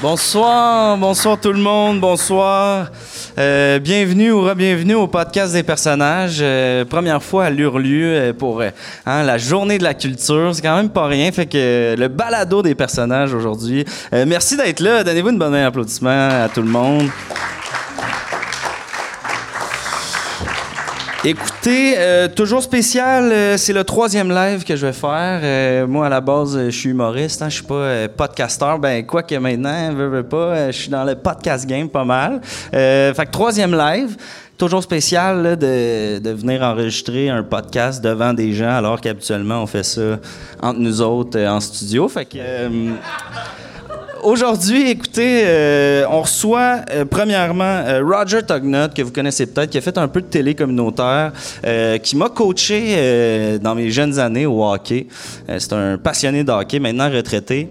Bonsoir, bonsoir tout le monde, bonsoir. Euh, bienvenue ou re-bienvenue au podcast des personnages. Euh, première fois à l'Urlu euh, pour euh, hein, la journée de la culture. C'est quand même pas rien, fait que euh, le balado des personnages aujourd'hui. Euh, merci d'être là. Donnez-vous une bonne main d'applaudissement à tout le monde. Écoutez, euh, toujours spécial, euh, c'est le troisième live que je vais faire. Euh, moi, à la base, euh, je suis humoriste, hein, je suis pas euh, podcasteur. Ben, quoi que maintenant, veux, veux pas, euh, je suis dans le podcast game pas mal. Euh, fait que troisième live, toujours spécial là, de, de venir enregistrer un podcast devant des gens, alors qu'habituellement, on fait ça entre nous autres euh, en studio. Fait que... euh, Aujourd'hui, écoutez, euh, on reçoit euh, premièrement euh, Roger Tognott, que vous connaissez peut-être, qui a fait un peu de télé communautaire, euh, qui m'a coaché euh, dans mes jeunes années au hockey. Euh, C'est un passionné de hockey, maintenant retraité.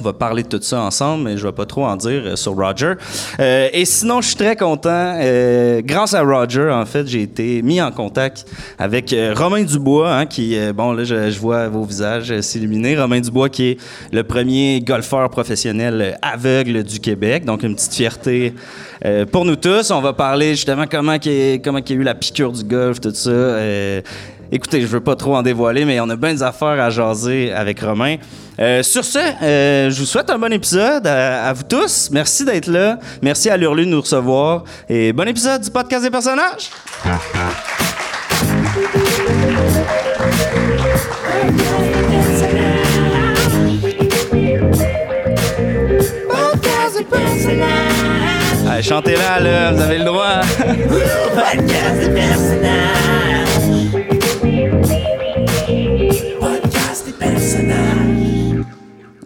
On va parler de tout ça ensemble, mais je vais pas trop en dire euh, sur Roger. Euh, et sinon, je suis très content. Euh, grâce à Roger, en fait, j'ai été mis en contact avec euh, Romain Dubois, hein, qui, euh, bon, là, je, je vois vos visages euh, s'illuminer. Romain Dubois, qui est le premier golfeur professionnel euh, aveugle du Québec, donc une petite fierté euh, pour nous tous. On va parler justement comment qu'il y a- comment qu'il y a eu la piqûre du golf, tout ça. Euh, Écoutez, je veux pas trop en dévoiler, mais on a bien des affaires à jaser avec Romain. Euh, sur ce, euh, je vous souhaite un bon épisode à, à vous tous. Merci d'être là. Merci à l'Urlu de nous recevoir. Et bon épisode du podcast des personnages. Allez, chantez-la, là. Vous avez le droit.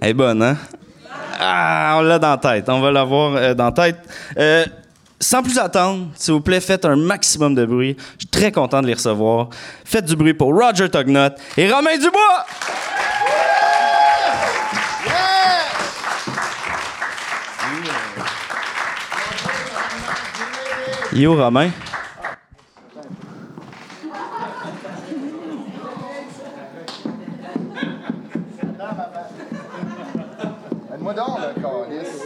Elle est bonne, hein? Ah, on l'a dans la tête. On va l'avoir euh, dans la tête. Euh, sans plus attendre, s'il vous plaît, faites un maximum de bruit. Je suis très content de les recevoir. Faites du bruit pour Roger Tognott et Romain Dubois! Yo, Romain. Aide-moi donc, là, câlisse.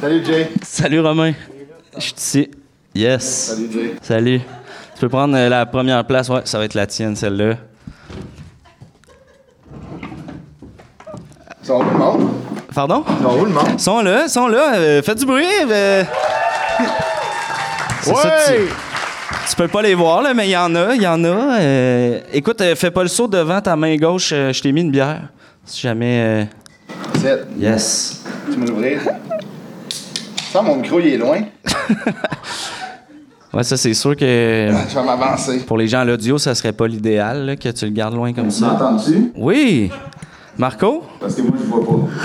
Salut, Jay. Salut, Romain. Je suis ici. Yes. Salut, Jay. Salut. Tu peux prendre euh, la première place. Ouais, ça va être la tienne, celle-là. Ils sont où, le monde? Pardon? Ils sont où, le monde? Sont là, sont là. euh, faites du bruit. euh. C'est ça, tu- Tu peux pas les voir, là, mais il y en a, il y en a. euh. écoute, euh, fais pas le saut devant ta main gauche. euh, je t'ai mis une bière. Si jamais. C'est- euh, Yes. Tu me l'ouvrir? Ça, mon micro, il est loin. Ouais, ça, c'est sûr que Je vais m'avancer. pour les gens à l'audio, ça serait pas l'idéal là, que tu le gardes loin comme Tu ça. m'entends-tu? Oui. Marco? Parce que moi, je vois pas.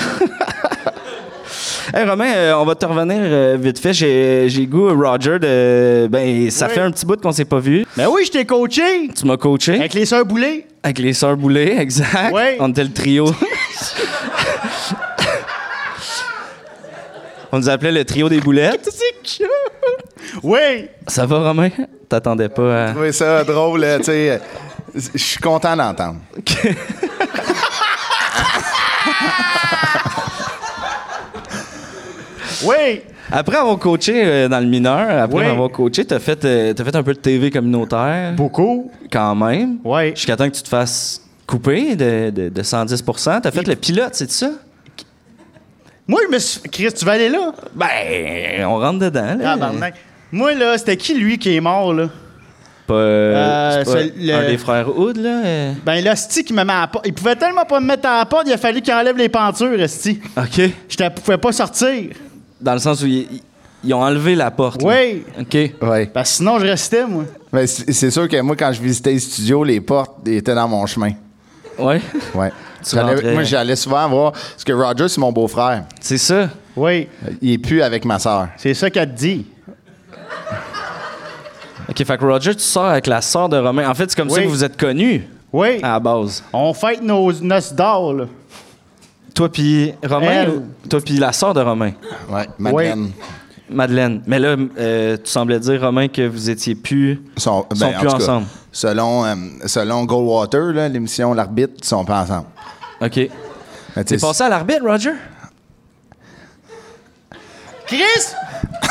Hey Romain, euh, on va te revenir euh, vite fait. J'ai j'ai goût euh, Roger de ben ça fait un petit bout qu'on s'est pas vu. Ben oui, je t'ai coaché Tu m'as coaché avec les sœurs Boulay. avec les sœurs Boulay, exact. Ouais. On était le trio. on nous appelait le trio des boulettes. Oui. Ça va Romain T'attendais pas à... Oui, ça, drôle, tu sais. Je suis content d'entendre. Oui. Après avoir coaché euh, dans le mineur, après Ouais. avoir coaché, t'as fait euh, t'as fait un peu de TV communautaire Beaucoup. quand même. Ouais. Jusqu'à temps que tu te fasses couper de, de, de 110 T'as fait le pilote, c'est ça Moi, je me suis. Chris, tu vas aller là? Ben, on rentre dedans. Là. Tabarnak. Moi, là, c'était qui lui qui est mort, là? Pas, euh, Euh, c'est pas c'est le- un des frères Hood, là. euh. Ben là, Sti qui me met à la porte. Il pouvait tellement pas me mettre à la porte, il a fallu qu'il enlève les pentures, Sti. OK. Je ne pouvais pas sortir. Dans le sens où ils, ils- ils ont enlevé la porte. là. Oui. OK. Oui. Parce que Ben, sinon, je restais, moi. Mais c'est c'est sûr que moi, quand je visitais les studios, les portes étaient dans mon chemin. Ouais. Ouais. Tu J'allais- rentrais. Moi, j'allais souvent voir. Parce que Roger, c'est mon beau-frère. C'est ça. Oui. Il est plus avec ma sœur. C'est ça qu'elle te dit. OK, fait que Roger, tu sors avec la sœur de Romain. En fait, c'est comme ça Oui. que vous êtes connus Oui. à la base. On fête nos noces d'or, là. Toi puis Romain Elle. ou- Toi puis la sœur de Romain, Ouais. Madeleine. Madeleine. Mais là, euh, tu semblais dire, Romain, que vous étiez plus... sont, Sont ben, plus en tout cas, ensemble. selon, euh, selon Goldwater, là, l'émission L'arbitre, ils sont pas ensemble. OK. Mais T'es t'sais, passé à l'arbitre, Roger? Chris!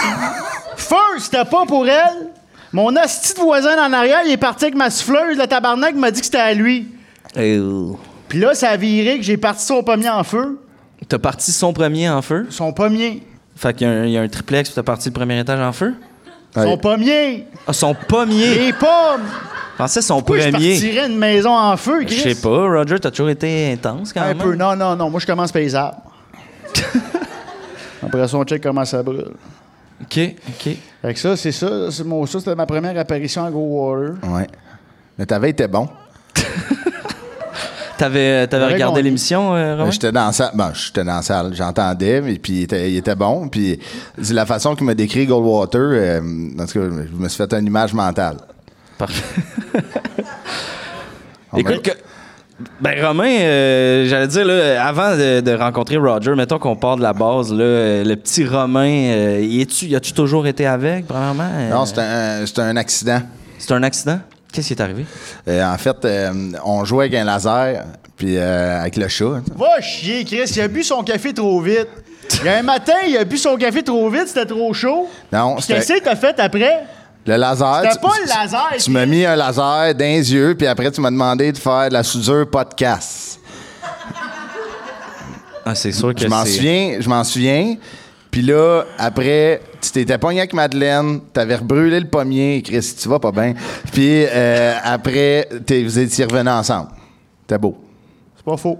Feu, c'était pas pour elle. Mon asti de voisin en arrière, il est parti avec ma souffleuse. Le tabarnak m'a dit que c'était à lui. Puis là, ça a viré que j'ai parti son pommier en feu. T'as parti son premier en feu. Son pommier. Fait qu'il y a un, il y a un triplex, puis t'as parti le premier étage en feu. Son Ouais. pommier. Ah, son premier! Les pommes. Je pensais son Pourquoi je premier. partirais une maison en feu, Je sais Chris? pas, Roger, t'as toujours été intense quand Un même. peu. Non, non, non. Moi, je commence par les arbres. Après ça, on check comment ça brûle. Ok, ok. Fait que ça, c'est ça. C'est mon, ça, c'était ma première apparition à Go Water. Ouais. Mais ta veille était bon. T'avais, euh, t'avais J'aurais regardé gagné. l'émission, euh, Romain? J'étais dans la salle. Bon, j'étais dans la salle. J'entendais, mais puis il était, il était bon. Puis c'est la façon qu'il m'a décrit Goldwater, euh, en tout cas, je me suis fait une image mentale. Parfait. On Écoute, que- ben Romain, euh, j'allais dire, là, avant de, de rencontrer Roger, mettons qu'on part de la base, là, euh, le petit Romain, euh, y es-tu, y as-tu toujours été avec, premièrement? Euh, m'a- Non, c'était un, c'était un accident. c'est un accident? Qu'est-ce qui est arrivé? Euh, en fait, euh, on jouait avec un laser, puis euh, avec le chat. Va chier, Chris. Il a bu son café trop vite. Il y a un matin, il a bu son café trop vite. C'était trop chaud. Non, Puis c'était- Qu'est-ce que t'as fait après? Le laser. C'était tu- pas tu- le laser, Tu m'as mis un laser dans les yeux, puis après, tu m'as demandé de faire de la soudure podcast. Ah, c'est sûr que Je m'en c'est- souviens, je m'en souviens. Puis là, après, tu t'étais pogné avec Madeleine, t'avais brûlé le pommier, Chris, tu vas pas bien. Puis euh, après, t'es- vous étiez revenus ensemble. T'es beau. C'est pas faux.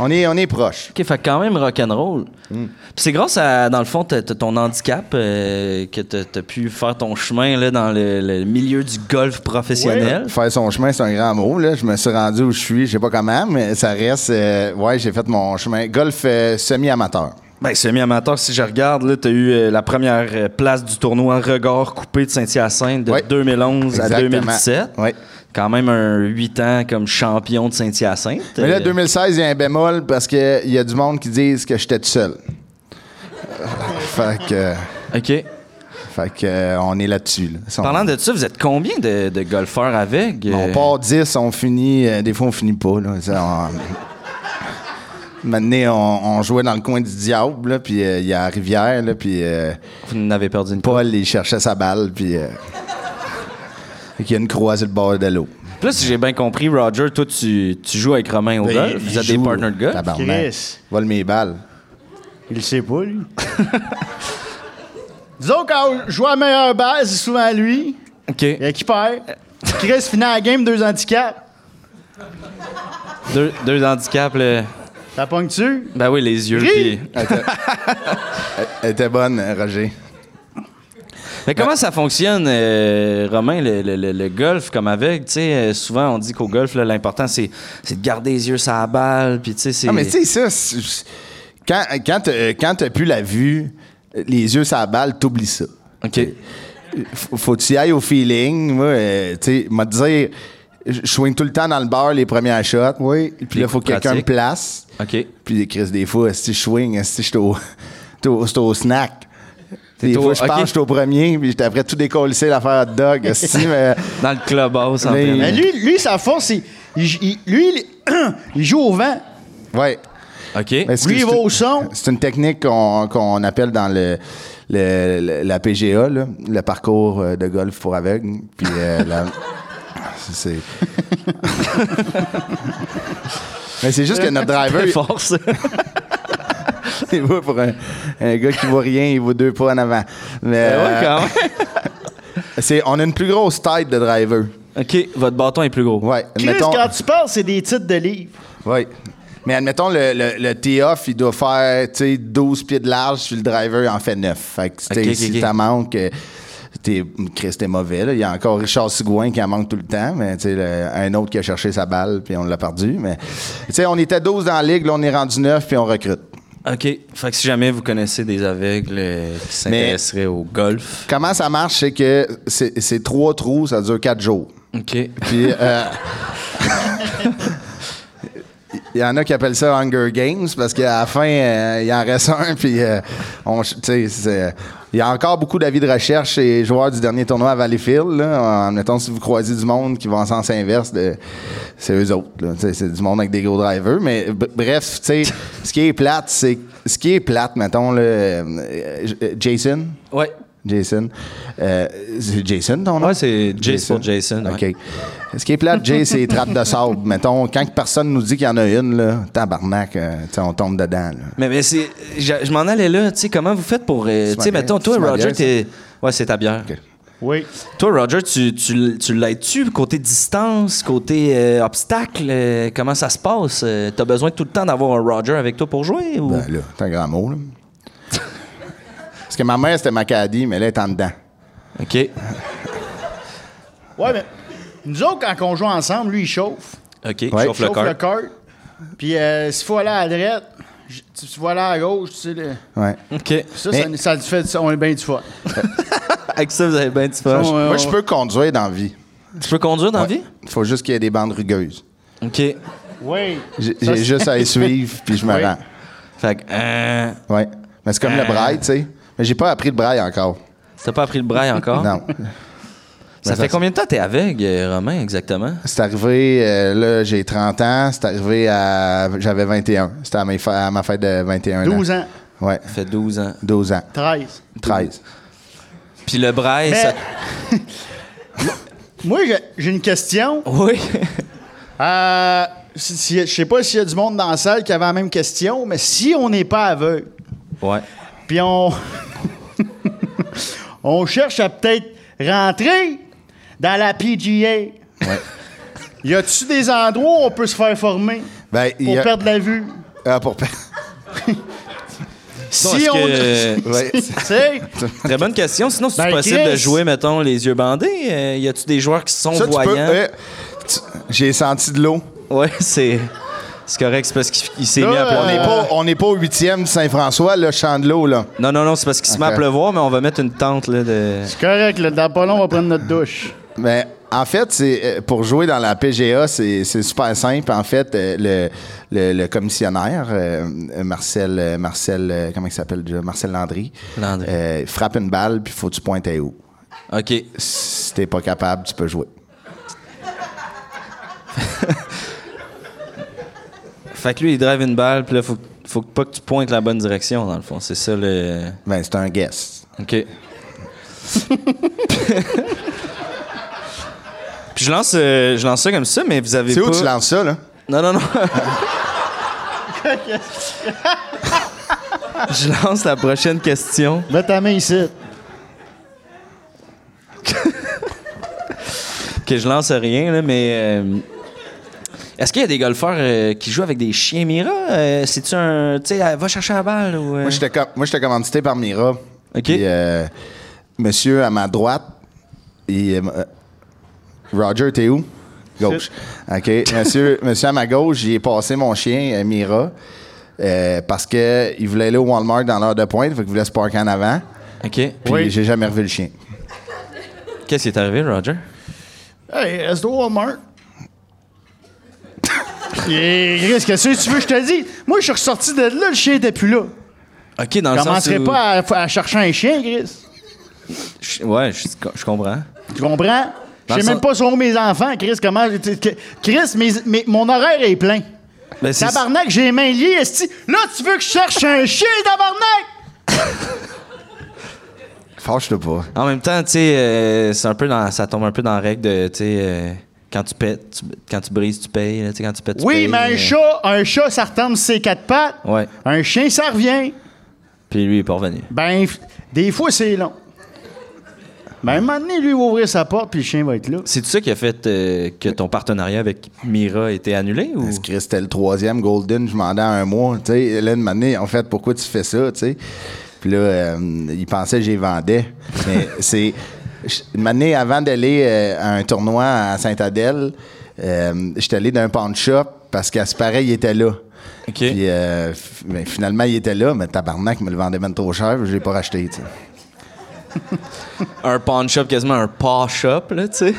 On est, on est proches. Ok, fait quand même rock'n'roll. Hmm. Puis c'est grâce à, dans le fond, t'as- t'as ton handicap euh, que t'as t'as pu faire ton chemin là, dans le, le milieu du golf professionnel. Faire son chemin, c'est un grand mot. Là. Je me suis rendu où je suis, je sais pas comment, mais ça reste. euh, ouais, j'ai fait mon chemin. Golf euh, semi-amateur. Ben, semi-amateur, si je regarde, là, t'as eu euh, la première euh, place du tournoi regard coupé de Saint-Hyacinthe de Ouais. 2011 à Exactement. 2017. Ouais. Quand même un 8 ans comme champion de Saint-Hyacinthe. Mais là, Euh, 2016, il y a un bémol parce qu'il y a du monde qui disent que j'étais tout seul. Euh, fait que, Euh, OK. fait que, euh, on est là-dessus. là. Si on- Parlant de ça, vous êtes combien de, de golfeurs avec? on euh, part 10, on finit. euh, des fois, on finit pas. Là. Ça, on- Maintenant, on, on jouait dans le coin du diable, là, puis euh, il y a la rivière, là, puis euh, Vous n'avez perdu une pas. Paul, il cherchait sa balle, puis euh, fait qu'il y a une croix sur le bord de l'eau. Là, si j'ai bien compris, Roger, toi, tu, tu joues avec Romain au Ben, golf. il Vous êtes des joue, partners de golf. tabarnak. Chris. Vole mes balles. Il le sait pas, lui. Disons, quand je joue à la meilleure base, c'est souvent lui. OK. Il y a qui perd. Chris finit la game, deux handicaps. Deux, deux handicaps. là. Ça pogne-tu? Ben oui, les yeux. Ris. puis- Elle était bonne, Roger. Mais comment ça fonctionne, euh, Romain, le, le- le- le golf comme avec? Tu sais, euh, souvent, on dit qu'au golf, là, l'important, c'est, c'est de garder les yeux sur la balle. Puis, tu sais, c'est. Ah, mais tu sais, ça, c'est- c'est- quand, quand t'as- euh, quand t'as plus la vue, les yeux sur la balle, t'oublies ça. OK. Faut, faut que tu y ailles au feeling. Moi, euh, tu sais, m'a dire, je je swing tout le temps dans le bar les premiers shots. Oui. Puis là, Les faut coups que quelqu'un me pratiques. place. OK. Puis les crises des fois, si je swing, si je suis au, t'es au- c'est au snack. Des au- fois, je ok. pense que je suis au premier, puis j'étais après tout décollissé l'affaire hot dog. esti, mais Dans le clubhouse, en Mais- plein Mais air. lui, lui, sa force, c'est. il- il- lui, il, il joue au vent. ouais. OK. Mais c'est- Lui, il c'est- va au son. C'est une technique qu'on qu'on appelle dans le, le- le- la PGA, là, le parcours euh, de golf pour aveugles. Puis euh, la- c'est. Mais c'est juste que notre driver, Très fort, ça. Euh, il va pour un, un gars qui voit rien, il vaut deux pas en avant. Mais Ben ouais, euh, quand même. c'est, on a une plus grosse tête de driver. OK, votre bâton est plus gros. Ouais, Chris, mettons- quand tu parles, c'est des titres de livres. Oui. Mais admettons, le, le, le tee-off, il doit faire tu sais, 12 pieds de large, puis le driver en fait 9. Fait que tu sais, Ok, ok, si ok. t'en manques, euh, t'es, Chris, t'es mauvais. là. Il y a encore Richard Sigouin qui en manque tout le temps, mais tu sais, le- un autre qui a cherché sa balle, puis on l'a perdu. Mais tu sais, on était 12 dans la ligue, là, on est rendu 9, puis on recrute. OK. Fait que si jamais vous connaissez des aveugles euh, qui s'intéresseraient au golf. Comment ça marche, c'est que c'est, c'est trois trous, ça dure quatre jours. OK. Puis. euh, Il y en a qui appellent ça Hunger Games parce qu'à la fin, euh, il en reste un, puis euh, on, ch- tu sais, c'est- Il y a encore beaucoup d'avis de recherche chez les joueurs du dernier tournoi à Valleyfield. Là. En mettons, si vous croisez du monde qui va en sens inverse, de- c'est eux autres. là. Tu sais, C'est du monde avec des gros drivers. Mais b- bref, tu sais, ce qui est plate, c'est. Ce qui est plate, mettons, là, euh, J- Jason. Ouais. Jason. Euh, c'est Jason, ton nom? Ouais, c'est Jace pour Jason, OK. Ce qui est plate, Jay, c'est les trappes de sable. Mettons, quand personne nous dit qu'il y en a une, là, tabarnak, euh, tu sais, on tombe dedans. là. Mais, mais c'est. Je, je m'en allais là, tu sais, comment vous faites pour. euh, C'est tu sais, ma mettons, bière. toi, C'est ma Roger, bière, ça. t'es. Ouais, c'est ta bière. OK. Oui. Toi, Roger, tu, tu, l- tu l'aides-tu côté distance, côté euh, obstacle? euh, comment ça se passe? Euh, T'as besoin tout le temps d'avoir un Roger avec toi pour jouer? Ou... Ben là, c'est un grand mot, là. Parce que ma mère, c'était ma caddie, mais là, elle est en dedans. OK. Ouais, mais nous autres, quand on joue ensemble, lui, il chauffe. OK, Ouais. chauffe le chauffe le cœur. cart. Puis euh, s'il faut aller à la droite, j- tu, tu vas aller à gauche, tu sais. le- Ouais. OK. Ça, Mais- ça, ça, fait, ça, on est bien du fun. Avec ça, vous avez bien du fun. Ouais, Moi, ouais. je peux conduire dans la vie. Tu peux conduire dans la vie? Il faut juste qu'il y ait des bandes rugueuses. OK. Oui. J'ai Ça, j'ai c'est- juste à les suivre, puis je me Oui. rends. Fait que. euh, Ouais. Mais c'est Euh. comme le braille, tu sais. Mais j'ai pas appris le braille encore. T'as pas appris le braille Ah. encore? Non. Ça Mais fait ça- combien de temps t'es aveugle, euh, Romain, exactement? C'est arrivé, euh, là, j'ai 30 ans. C'est arrivé à. J'avais 21. C'était à, mes fê- à ma fête de 21 12 ans, Ouais, Ça fait 12 ans. 12 ans. 13. 13. Puis le braille, Mais- ça. Moi, j'ai- j'ai une question. Oui. Euh, si- si- je sais pas s'il y a du monde dans la salle qui avait la même question, mais si on n'est pas aveugle, ouais. puis on. on cherche à peut-être rentrer dans la PGA. Y a-tu des endroits où on peut se faire former Ben, il pour y a- perdre la vue? Ah, pour perdre. est-ce Si on. que- Ouais. Tu sais, Très bonne question. Sinon, c'est Ben, possible Chris. de jouer, mettons, les yeux bandés. Euh, y a-tu des joueurs qui sont Ça, tu peux- voyants? euh, tu- J'ai senti de l'eau. Euh. Ouais, c'est. C'est correct, c'est parce qu'il il s'est Là, mis à On n'est pleuvoir. pas, on n'est pas au 8e du Saint-François, le champ de l'eau, là. Non, non, non, c'est parce qu'il se met à Ok. pleuvoir, mais on va mettre une tente, là, de. c'est correct, là, dans pas long, on va prendre notre douche. Mais en fait, c'est euh, pour jouer dans la PGA, c'est c'est super simple. En fait, euh, le, le, le commissionnaire, euh, euh, Marcel, euh, Marcel euh, comment il s'appelle déjà? Marcel Landry, Landry. euh, frappe une balle, puis faut que tu pointes à où. OK. Si t'es pas capable, tu peux jouer. Fait que lui, il drive une balle, puis là, faut, faut pas que tu pointes la bonne direction, dans le fond. C'est ça le. Ben, c'est un guess. OK. Puis je lance, euh, je lance ça comme ça, mais vous avez C'est où pas- tu lances ça, là? Non, non, non. je lance la prochaine question. Mets ta main ici. Que je lance rien, là, mais... euh, Est-ce qu'il y a des golfeurs euh, qui jouent avec des chiens Mira? Euh, C'est-tu un... Tu sais, euh, va chercher la balle ou... euh? Moi, j'étais com- moi, j'étais commandité par Mira. OK. Puis, euh, monsieur à ma droite, il, euh, Roger, t'es où? Gauche. OK. Monsieur, monsieur à ma gauche, j'y ai passé mon chien, euh, Mira, euh, parce qu'il voulait aller au Walmart dans l'heure de pointe, fait qu'il voulait se parker en avant. OK. Puis, Oui. j'ai jamais revu le chien. Qu'est-ce qui est arrivé, Roger? Hey, reste au Walmart. Et Chris, qu'est-ce que tu veux que je te dis? Moi, je suis ressorti de là, le chien était plus là. OK, dans Je le sens commencerai où- pas à, à chercher un chien, Chris. Je- Ouais, je, je comprends. Tu comprends? Je Dans le sais sens- même pas sur mes enfants, Chris. Comment. tu- tu- Chris, mes- mes- mon horaire est plein. Ben, c'est- Tabarnak, j'ai les mains liées, esti. Là, tu veux que je cherche un chien, tabarnak? Fâche-le pas. En même temps, tu sais, euh, c'est un peu dans, ça tombe un peu dans la règle de, tu sais, euh, quand tu pètes, tu- quand tu brises, tu payes. là, Tu sais, quand tu pètes, tu Oui, payes, mais un euh. chat, un chat, ça retombe sur ses quatre pattes. Ouais. Un chien, ça revient. Puis lui, il est pas revenu. Ben, f- des fois, c'est long. Ben, à un moment donné, lui, il va ouvrir sa porte, puis le chien va être là. C'est ça qui a fait euh, que ton partenariat avec Mira a été annulé ou Parce que c'était le troisième Golden, je m'en ai à un mois. Tu sais, là, une manée, en fait, pourquoi tu fais ça, tu sais? Puis là, euh, il pensait que j'y vendais. Mais c'est. je- Une année avant d'aller euh, à un tournoi à Saint-Adèle, euh, j'étais allé d'un pawn shop parce qu'à ce pareil, il était là. Ok. Puis euh, f- ben, finalement, il était là, mais tabarnak, il me le vendait même trop cher, je l'ai pas racheté, tu sais. un pawn shop quasiment un paw shop là, tu sais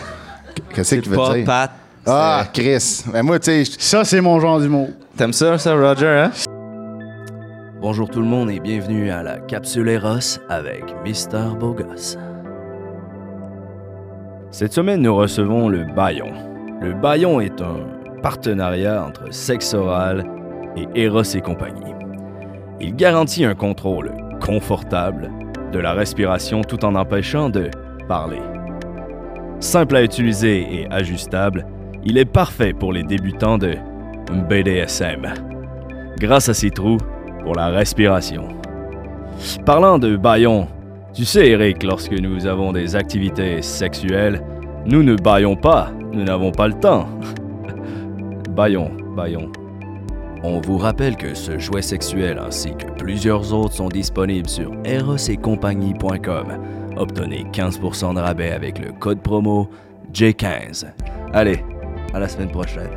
Qu'est-ce que tu veux Pas dire? pat. Ah, Chris! Ben moi, tu sais, je- Ça, c'est mon genre d'humour. T'aimes ça, ça, Roger, hein Bonjour tout le monde et bienvenue à la Capsule Eros avec Mister Bogos. Cette semaine, nous recevons le Bayon. Le Bayon est un partenariat entre sexe oral et Eros et compagnie. Il garantit un contrôle confortable de la respiration tout en empêchant de parler. Simple à utiliser et ajustable, il est parfait pour les débutants de BDSM. Grâce à ses trous pour la respiration. Parlant de baillons, tu sais Eric, lorsque nous avons des activités sexuelles, nous ne baillons pas, nous n'avons pas le temps. baillons, baillons. On vous rappelle que ce jouet sexuel ainsi que plusieurs autres sont disponibles sur erosetcompagnie.com. Obtenez 15% de rabais avec le code promo J15. Allez, à la semaine prochaine.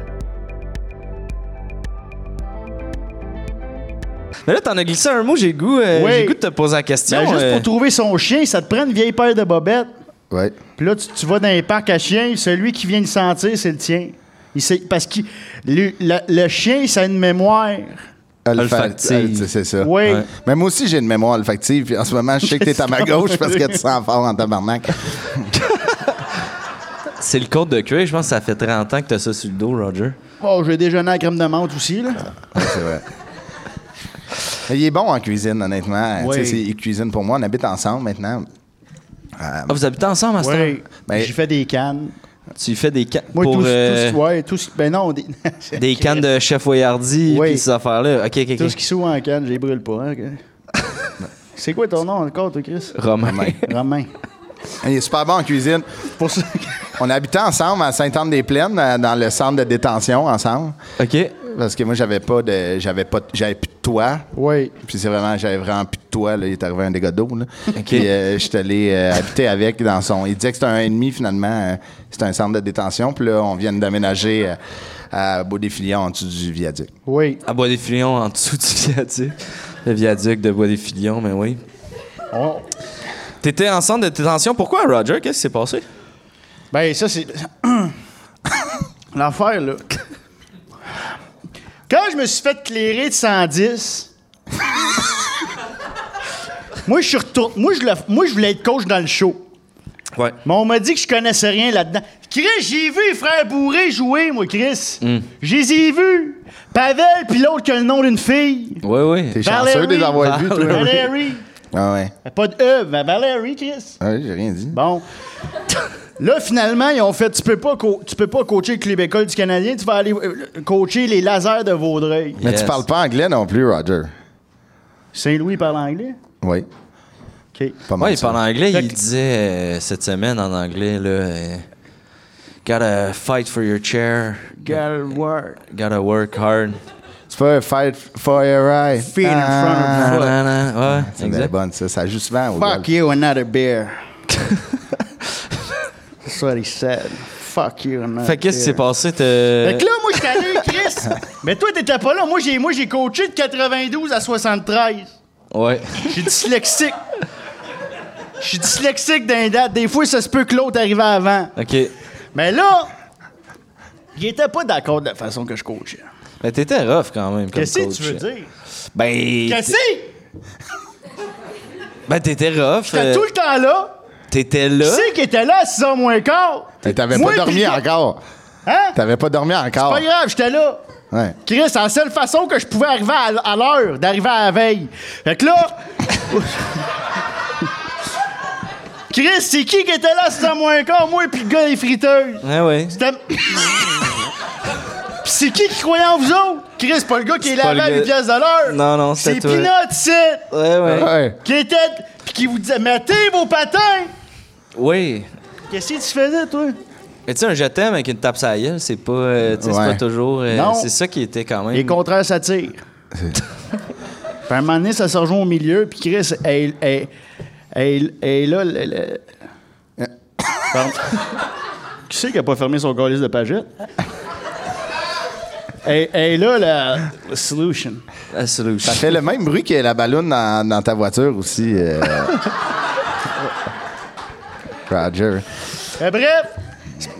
Mais là, t'en as glissé un mot, j'ai le goût, euh, Oui. j'ai le goût de te poser la question. Ben, juste euh, pour trouver son chien, ça te prend une vieille paire de bobettes. Ouais. Puis là, tu, tu vas dans les parcs à chiens, celui qui vient le sentir, c'est le tien. Il sait- parce que le, le- le chien, ça a une mémoire. Olfa- Olfactive. Al- c'est- C'est ça. Oui. Ouais. Mais moi aussi, j'ai une mémoire olfactive. Puis en ce moment, je sais que t'es à ma gauche parce que tu sens fort en tabarnak. C'est le code de cuir, je pense que ça fait 30 ans que t'as ça sur le dos, Roger. Bon, Oh, j'ai déjeuné à la crème de menthe aussi, là. Ouais, c'est vrai. Mais Il est bon en cuisine, honnêtement. Oui. Tu sais, c'est- Il cuisine pour moi. On habite ensemble maintenant. Ah, vous habitez ensemble à ce Oui. Ben- J'ai fait des cannes. temps? Tu fais des cannes Moi, pour tout, euh, tout- ouais, tout ce- ben non, des, des cannes de chef Voyardi et Oui. ces affaires-là. OK, OK, tout OK. ce qui s'ouvre en canne, je les brûle pas. hein, que- c'est quoi ton nom encore, toi, Chris? Romain. Romain. Il est super bon en cuisine. Pour ça que- On habitait ensemble à Sainte-Anne-des-Plaines, euh, dans le centre de détention ensemble. OK. Parce que moi, j'avais pas de. J'avais pas de- j'avais plus de toit. Oui. Puis c'est vraiment, j'avais vraiment plus de toit. Là. Il est arrivé un dégât d'eau. Là. Puis euh, je suis allé euh, habiter avec dans son. Il disait que c'était un et demi finalement. euh, c'était un centre de détention. Puis là, on vient d'aménager euh, à Beau Défilion en dessous du viaduc. Oui. À Bois des Filions, en dessous du viaduc. Le viaduc de Bois des Filions, mais oui. On- T'étais en centre de détention. Pourquoi, Roger? Qu'est-ce qui s'est passé? Ben, ça, c'est. L'affaire, là. Quand je me suis fait clairer de 110. moi, je suis retourné. Moi, je le- moi, je voulais être coach dans le show. Ouais. Mais on m'a dit que je connaissais rien là-dedans. Chris, j'ai vu les frères Bourré jouer, moi, Chris. Hmm. Je les ai vus. Pavel, puis l'autre qui a le nom d'une fille. Ouais, ouais. T'es chanceux de les avoir vus, toi. Valérie. Ah ouais. Pas de E, mais Valérie, Chris. Ah ouais, j'ai rien dit. Bon. Là, finalement, ils ont fait tu peux pas, co- tu peux pas coacher le Club École du Canadien, tu vas aller euh, coacher les lasers de Vaudreuil. Mais Yes. tu parles pas anglais non plus, Roger. Saint-Louis parle anglais? Oui. OK. Pas mal. Ouais, il ça. parle anglais. Fait Il que- disait euh, cette semaine en anglais, là... euh, Gotta fight for your chair. Gotta work. Gotta work hard. C'est pas un fight for your right. Feet in front of Ah, foot. Na, na, na. Ouais, C'est une belle exact. bonne, ça. Ça joue souvent au golf. Fuck you, another beer. That's what he said. Fuck you, another Fait que qu'est-ce qui s'est beer. passé? t'as- Fait que là, moi, j'étais allé, Chris. Mais toi, t'étais pas là. Moi, j'ai, moi, j'ai coaché de 92 à 73. Ouais. Je suis dyslexique. Je suis dyslexique d'un date. Des fois, ça se peut que l'autre arrive avant. OK. Mais là, il était pas d'accord de la façon que je coachais. Mais t'étais rough quand même. comme Qu'est-ce que coach. tu veux dire? Ben. Qu'est-ce t'é- que Ben, t'étais rough. J'étais euh, tout le temps là. T'étais Qui là. c'est qui était là à 6h moins quart? Hein? T'avais pas Moi, dormi puis- encore. Hein? T'avais pas dormi encore. Pas grave, j'étais là. Ouais. Chris, c'est la seule façon que je pouvais arriver à, l- à l'heure, d'arriver à la veille. Fait que là. Chris, c'est qui qui était là à 6h moins quart? Moi et puis le gars des friteuses. Ouais, ouais. C'était. Pis c'est qui qui croyait en vous autres? Chris, c'est pas le gars qui est pas lavé à le gars. 8 piastres de l'heure. Non, non, c'était C'est toi. Pinot, c'est. Ouais, ouais. Ouais. Qui était. Pis qui vous disait, mettez vos patins! Oui. Qu'est-ce que tu faisais, toi? Mais tu sais, un je t'aime avec une tape sur la gueule, c'est pas, euh, tu sais, c'est Ouais. pas toujours. euh, Non. c'est ça qui était quand même. Les contraires s'attirent. Puis à un moment donné, ça se rejoint au milieu, puis Chris, elle. elle, elle, elle là, le- le- Pardon. Qui c'est qui a pas fermé son galice de pagette? Elle elle là, la la solution. La solution. Ça fait le même bruit que la balloune dans, dans ta voiture aussi. euh. Roger. Euh, bref,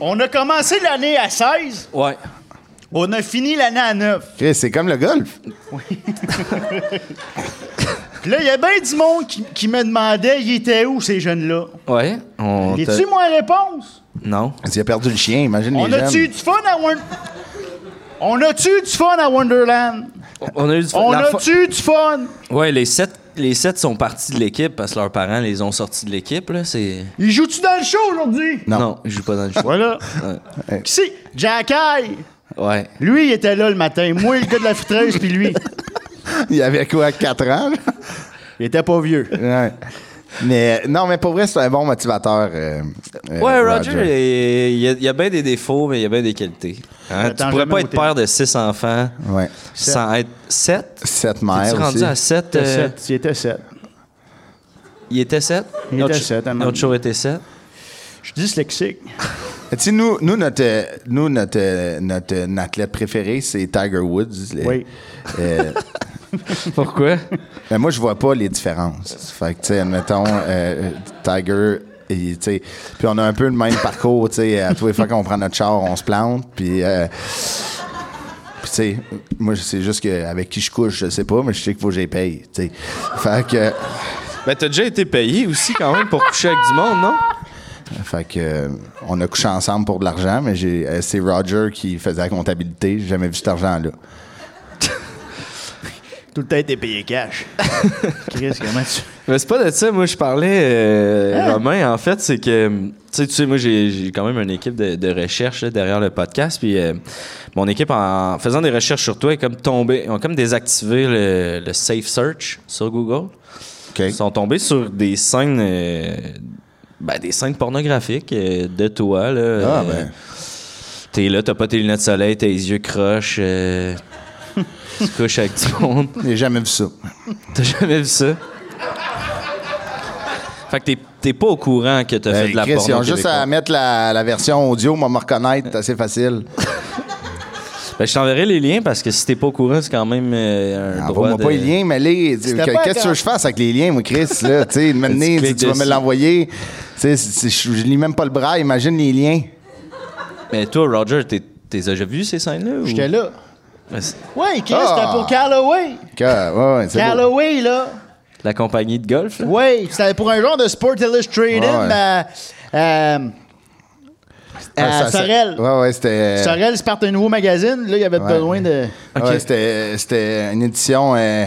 on a commencé l'année à 16. Ouais. On a fini l'année à neuf. Chris, c'est comme le golf. Puis là, il y a bien du monde qui, qui me demandait, ils étaient où ces jeunes-là? Ouais. On Et t'a- tu moi réponse? Non. Il a perdu le chien, imagine On les a-tu jeunes. eu du fun à Wonderland? On a-tu eu du fun à Wonderland? On a eu du fun. On La fa- a-tu eu du fun? Ouais, les sept, les sept sont partis de l'équipe parce que leurs parents les ont sortis de l'équipe. Là, c'est... Ils jouent-tu dans le show aujourd'hui? Non. je joue pas dans le choix. Voilà. Qui c'est? Jack Eye. Ouais. Lui, il était là le matin. Moi, le gars de la foutreuse, puis lui. Il avait quoi, 4 ans? là? Il était pas vieux. Ouais. Mais non, mais pour vrai, c'est un bon motivateur. euh, euh, Ouais, Roger, il il y a, il y a bien des défauts, mais il y a bien des qualités. Hein, tu Attends pourrais jamais au pas être télé. père de six enfants Ouais. sans être sept. Sept Tu mères rendu aussi. à sept? Il euh, était sept. Il était sept. Il était sept? Il Notre était ch- sept, à un moment Notre show était sept. Je suis dyslexique. Tu sais, nous, nous, notre, euh, nous notre, euh, notre, euh, notre athlète préféré, c'est Tiger Woods. Euh, Oui. euh, Pourquoi? mais moi, je vois pas les différences. Fait que, tu sais, admettons, euh, Tiger, il- tu sais, puis on a un peu le même parcours, tu sais, à tous les fois qu'on prend notre char, on se plante, puis... euh, puis, tu sais, moi, c'est juste que avec qui je couche, je sais pas, mais je sais qu'il faut que j'y paye, tu sais. Fait que... Ben, t'as déjà été payé aussi quand même pour coucher avec du monde, non? Fait que euh, on a couché ensemble pour de l'argent, mais j'ai euh, c'est Roger qui faisait la comptabilité. J'ai jamais vu cet argent-là. Tout le temps, t'es payé cash. Chris, comment tu. Mais c'est pas de ça, moi je parlais, euh, Ah. Romain, en fait, c'est que, tu sais, tu sais, moi j'ai j'ai quand même une équipe de, de recherche là, derrière le podcast, puis euh, mon équipe, en faisant des recherches sur toi, est comme tombée, ont comme désactivé le, le Safe Search sur Google. OK. Ils sont tombés sur des scènes, euh, ben, des scènes pornographiques euh, de toi, là. Euh, Ah, ben. T'es là, t'as pas tes lunettes de soleil, t'as les yeux croches, euh, tu couches avec du monde. J'ai jamais vu ça. T'as jamais vu ça? Fait que t'es, t'es pas au courant que t'as fait Euh, de la Chris, porno ils ont juste à québécoise. mettre la, la version audio, moi me reconnaître, c'est assez facile. Ben, je t'enverrai les liens parce que si t'es pas au courant, c'est quand même euh, un droit Ah, Envoie-moi de... pas les liens, mais les. Qu'est-ce C'était pas que tu veux que je fasse avec les liens, moi, Chris? Là, tu sais, maintenant, Tu tu cliques tu vas me dessus. l'envoyer. Tu sais, c'est- c'est- je lis même pas le bras, imagine les liens. Mais toi, Roger, t'es, t'es déjà vu ces scènes-là? ou- J'étais là. Ben, c'est Ouais, Chris, Ah. c'était pour Callaway. Que- ouais, ouais, c'est beau. Callaway, là. La compagnie de golf, là? Ouais, c'était pour un genre de Sport Illustrated. Ouais. euh, euh, Ah, à ça- ça- Euh, Sorel. Ouais, ouais, c'était. Sorel, c'est parti un nouveau magazine. Là, il y avait besoin de. Ouais, c'était, c'était une édition. euh,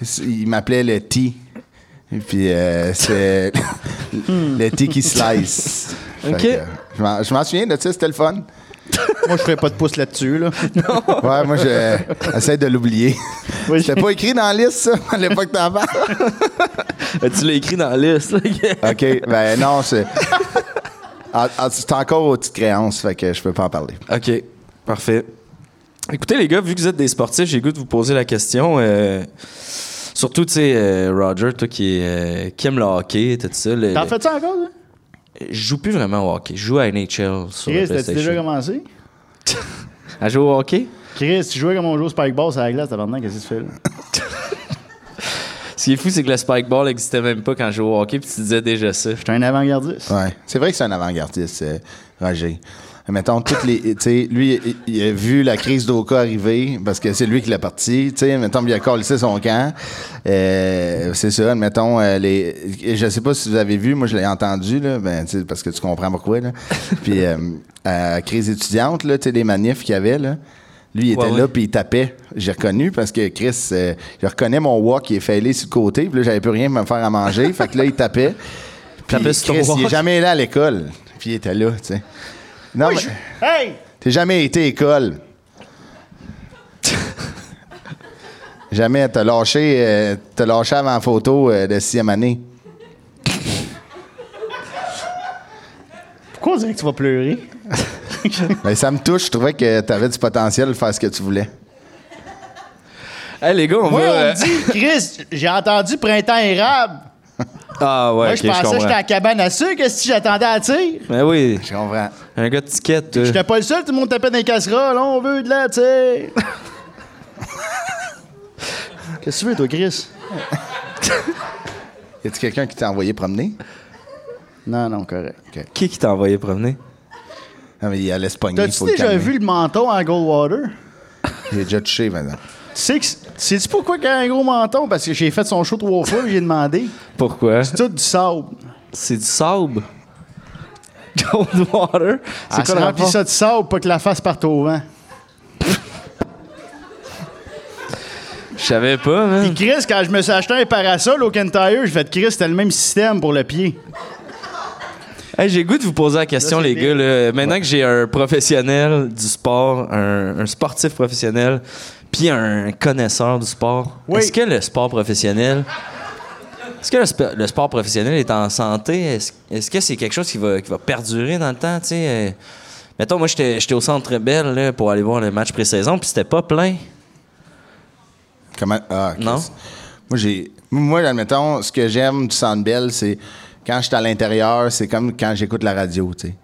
c- il m'appelait le T. Et puis, euh, c'est Hmm. le T qui slice. Fait Ok. que, euh, je m'en- Je m'en souviens de ça, c'était le fun. Moi, je ferais pas de pouce là-dessus, là. Ouais, moi, j'essaie de l'oublier. Oui. C'était pas écrit dans la liste, ça, à l'époque t'en parles. Ah, tu l'as écrit dans la liste. là, que- OK, ben non, c'est... Ah, ah, c'est encore aux petites créances, fait que je peux pas en parler. OK, parfait. Écoutez, les gars, vu que vous êtes des sportifs, j'ai le goût de vous poser la question. euh, Surtout, tu sais, euh, Roger, toi qui, euh, qui aime le hockey, tout ça. le- T'en fais ça encore, ça? Je joue plus vraiment au hockey. Je joue à NHL sur la Chris, t'as-tu déjà PlayStation. commencé? À jouer au hockey? Chris, tu jouais comme on joue au Spike Boss à la glace, tabarnak, qu'est-ce que tu fais, là? Ce qui est fou, c'est que le spike ball n'existait même pas quand je jouais au hockey, puis tu disais déjà ça. J'étais un avant-gardiste. Ouais. C'est vrai que c'est un avant-gardiste, euh, Roger. Mettons, toutes les. Tu sais, lui, il, il a vu la crise d'Oka arriver parce que c'est lui qui l'a parti. Tu sais, mettons, il a collé son camp. Euh, c'est ça, mettons, euh, les. Je sais pas si vous avez vu, moi, je l'ai entendu, là, ben, tu sais, parce que tu comprends pourquoi, là. Puis, euh, à la crise étudiante, là, tu sais, les manifs qu'il y avait, là. Lui, il était Ouais, ouais. là, puis il tapait. J'ai reconnu parce que Chris, euh, je reconnais mon wok qui est fêlé sur le côté, puis là, j'avais plus rien pour me faire à manger. fait que là, il tapait. Puis Tapait sur ton Chris, il est wok. jamais allé à l'école. Puis il était là, tu sais. Non, mais Hey! t'es jamais été à école. jamais. T'as lâché, euh, t'as lâché avant la photo euh, de sixième année. Pourquoi on dirait que tu vas pleurer? Ben, ça me touche. Je trouvais que t'avais du potentiel de faire ce que tu voulais. Hey, les gars, on Moi, va. on euh, me dit, Chris, j'ai entendu Printemps érable. Ah ouais, Moi, ok, je pensais que j'étais à la cabane à sucre, que si j'attendais à tir. Mais oui, Je comprends. un gars de ticket, euh, toi. J'étais pas le seul, tout le monde tapait dans les casseroles, on veut de la tire. Qu'est-ce que tu veux, toi, Chris? Y a-tu quelqu'un qui t'a envoyé promener? Non, non, correct. Qui qui t'a envoyé promener? Non, mais il allait se pogner. T'as-tu faut le déjà calmer. vu le menton à Goldwater? J'ai déjà touché maintenant. Tu sais que- Sais-tu pourquoi qu'il a un gros menton? Parce que j'ai fait son show trois fois et j'ai demandé. Pourquoi? C'est tout du sable. C'est du sable. Cold water. Ah, C'est C'est quoi le remplit rapport? ça de sable pas que la face parte au vent. Je savais pas, man. Puis Chris, quand je me suis acheté un parasol au Kentucky, j'ai fait Chris, c'était le même système pour le pied. Hey, j'ai le goût de vous poser la question, Là, c'est les gars. là. Maintenant que j'ai un professionnel du sport, un, un sportif professionnel, puis un connaisseur du sport, Oui. est-ce que le sport professionnel. Est-ce que le, sp- le sport professionnel est en santé? Est-ce est-ce que c'est quelque chose qui va, qui va perdurer dans le temps? tu sais? Euh, mettons, moi, j'étais j'étais au Centre Bell là, pour aller voir le match pré-saison, puis c'était pas plein. Comment? Ah, ok. Non. Moi, j'ai. Moi, admettons, ce que j'aime du Sandbell, c'est quand je suis à l'intérieur, c'est comme quand j'écoute la radio, tu sais.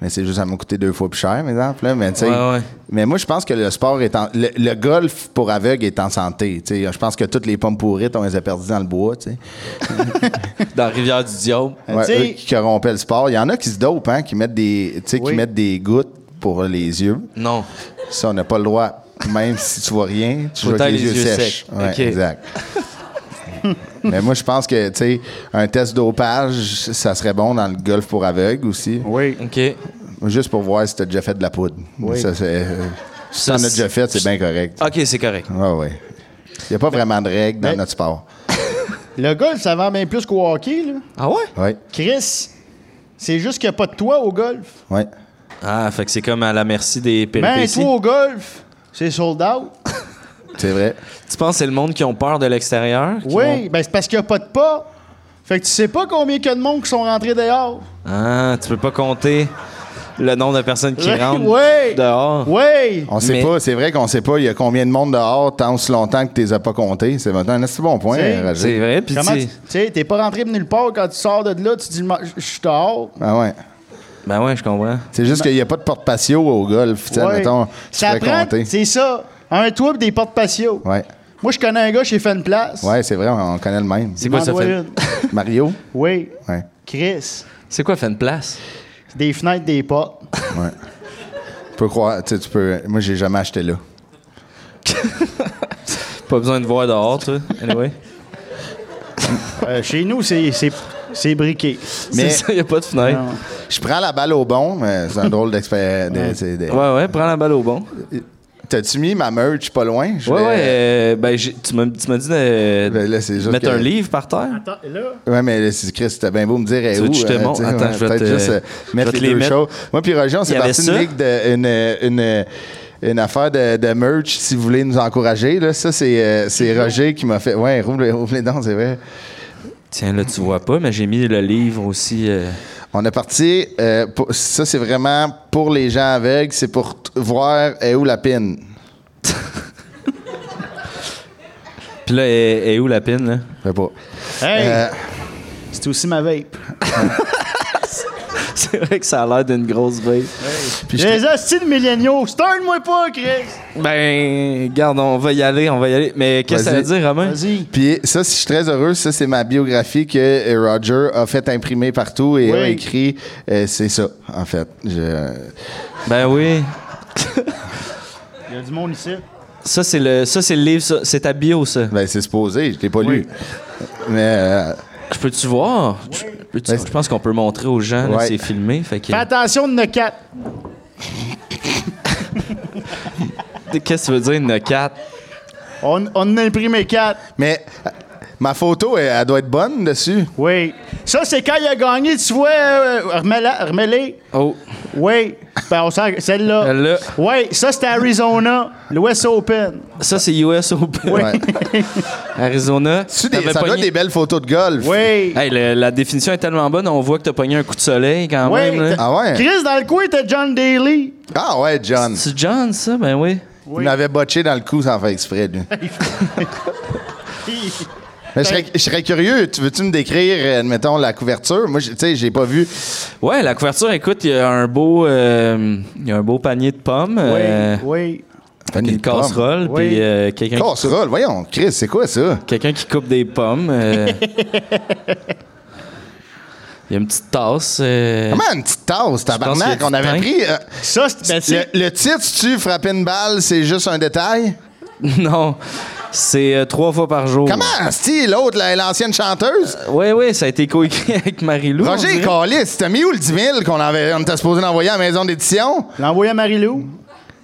Mais c'est juste, ça m'a coûté deux fois plus cher, par exemple. là. Mais, tu sais, Ouais, ouais. mais moi, je pense que le sport est en. Le, le golf pour aveugles est en santé. tu sais. Je pense que toutes les pommes pourrites, on les a perdues dans le bois. tu sais. Dans Rivière-du-Diable. Ouais, Euh, Tu sais- eux qui corrompaient le sport. Il y en a qui se dopent, hein, qui mettent des, tu sais, Oui. qui mettent des gouttes pour les yeux. Non. Ça, on n'a pas le droit. Même si tu vois rien, tu Faut joues t'aille avec les, yeux, sèches. Ouais, Ok. exact. Mais moi, je pense que, tu sais, un test dopage, ça serait bon dans le golf pour aveugles aussi. Oui. OK. Juste pour voir si t'as déjà fait de la poudre. Ça, c'est, euh, si t'en as Ça, déjà fait, c'est bien correct. OK, c'est correct. Ouais, ouais. Il n'y a pas vraiment de règles dans Mais- notre sport. Le golf, ça vend bien plus qu'au hockey, là. Ah ouais? Ouais, Chris, c'est juste qu'il n'y a pas de toi au golf. ouais. Ah, fait que c'est comme à la merci des Mais péripéties. Ben, toi au golf, c'est sold out. Ah, C'est vrai. Tu penses que c'est le monde qui ont peur de l'extérieur? qui Oui, ben c'est parce qu'il n'y a pas de pas. Fait que tu sais pas combien il y a de monde qui sont rentrés dehors. vont- Ah, tu peux pas compter le nombre de personnes qui Ouais, rentrent ouais. dehors. Oui. On sait Mais- pas, c'est vrai qu'on sait pas, il y a combien de monde dehors tant aussi longtemps que tu les as pas comptés. C'est maintenant un assez bon point, C'est- Roger. C'est vrai, puis Comment tu tu sais- tu sais, t'es pas rentré de nulle part quand tu sors de là, tu dis Ma- je suis dehors. Ah ouais. Ben ouais, je comprends. C'est juste qu'il n'y a pas de porte patio au golf. Tu sais, Ouais. mettons, tu ça fais prend, compter. c'est ça, un toit pis des portes patio. Ouais. Moi, je connais un gars chez Fun Place. Ouais, c'est vrai, on connaît le même. C'est quoi ça Demande-moi fait? une. Mario? Oui. Ouais. Chris, C'est quoi fait une place? c'est des fenêtres, des portes. Ouais. tu peux croire, tu sais, tu peux. Moi, j'ai jamais acheté là. Pas besoin de voir dehors, toi. Anyway. Euh, chez nous, c'est, c'est, c'est briqué. Mais Mais- ça, y a pas de fenêtre. Non. Je prends la balle au bon, mais c'est un drôle d'expérience. Ouais, ouais, prends la balle au bon. T'as-tu mis ma merch pas loin? Je Ouais, vais- ouais, euh, ben j'ai- tu m'as tu m'as dit de Ben là, c'est juste mettre que- un livre par terre. Attends, là. Ouais, mais là, c'est- Chris, c'était bien beau me dire. eh, Tu veux où, que je te euh, montre? tu sais, Attends, ouais, je vais peut-être te- juste euh, je vais mettre te les, les deux mettre. choses. Moi, puis Roger, on Il y s'est avait parti d'une ça. ligue de, une, euh, une, euh, une affaire de, de merch, si vous voulez nous encourager. Là. Ça, c'est, euh, c'est Roger qui m'a fait. Ouais, rouvre, les- rouvre les dents, c'est vrai. Tiens, là, tu vois pas, mais j'ai mis le livre aussi. euh, On est parti. euh, pour- ça, c'est vraiment pour les gens aveugles. C'est pour t- voir est où la pine. Puis là, est, est où la pine, là? Je sais pas. Hey, Euh, c'est aussi ma vape. C'est vrai que ça a l'air d'une grosse base. puis je- Les hosties de milléniaux, stun-moi pas, Chris. Ben, garde, on va y aller, on va y aller. Mais qu'est-ce que ça veut Vas-y. dire, Romain? Vas-y. Puis ça, si je suis très heureux, ça, c'est ma biographie que euh, Roger a fait imprimer partout et Oui. a écrit. Euh, c'est ça, en fait. Je- Ben oui. Il y a du monde ici. Ça, c'est le, ça, c'est le livre, ça. c'est ta bio, ça. Ben, c'est supposé, je l'ai pas Oui. lu. Mais euh, Je peux-tu voir? Je, peux-tu- Ben, c'est- je pense qu'on peut montrer aux gens, là, Ouais. c'est filmé. Fait que, Fais attention de nos quatre. qu'est-ce que tu veux dire, une 4? On, on en a imprimé quatre. mais euh, ma photo, elle, elle doit être bonne dessus. Oui. Ça, c'est quand il a gagné, tu vois. euh, remets-la- remets-les. Oh, Oui. Ben, on sent celle-là. Celle-là. Oui, ça, c'était Arizona, l'Ouest Open. ça, c'est US Open. Oui. Ouais. Arizona. Tu des- T'avais ça doit pogné- être des belles photos de golf. Oui. Hey, le- la définition est tellement bonne, on voit que t'as pogné un coup de soleil quand Oui. même. hein. là. t'as- Ah ouais? Chris, dans le coin, t'as John Daly. Ah ouais, John. C'est John, ça? Ben oui. Il m'avait botché dans le cou sans faire exprès, lui. Mais je, serais, je serais curieux, tu veux-tu me décrire, euh, admettons, la couverture? Moi, je- tu sais, j'ai pas vu. Ouais, la couverture, écoute, il y a un beau, euh, il y a un beau panier de pommes, Oui. euh, Oui. puis une casserole, Oui. puis euh, quelqu'un qui Casserole, voyons, Chris, c'est quoi ça? Quelqu'un qui coupe des pommes. euh. Il Il y a une petite tasse. euh, Comment une petite tasse, tabarnak? qu'il y a On du avait pain. pris. euh, Ça, c'est. Ben, c'est- le, le titre, tu frapper une balle, c'est juste un détail? non, c'est euh, trois fois par jour. Comment, si l'autre, la- l'ancienne chanteuse? Oui, oui, ça a été coécrit avec Marie-Lou. on Roger dirait. Calis, t'as mis où le 10 000 qu'on avait, on était supposé l'envoyer à la maison d'édition? L'envoyer à Marie-Lou.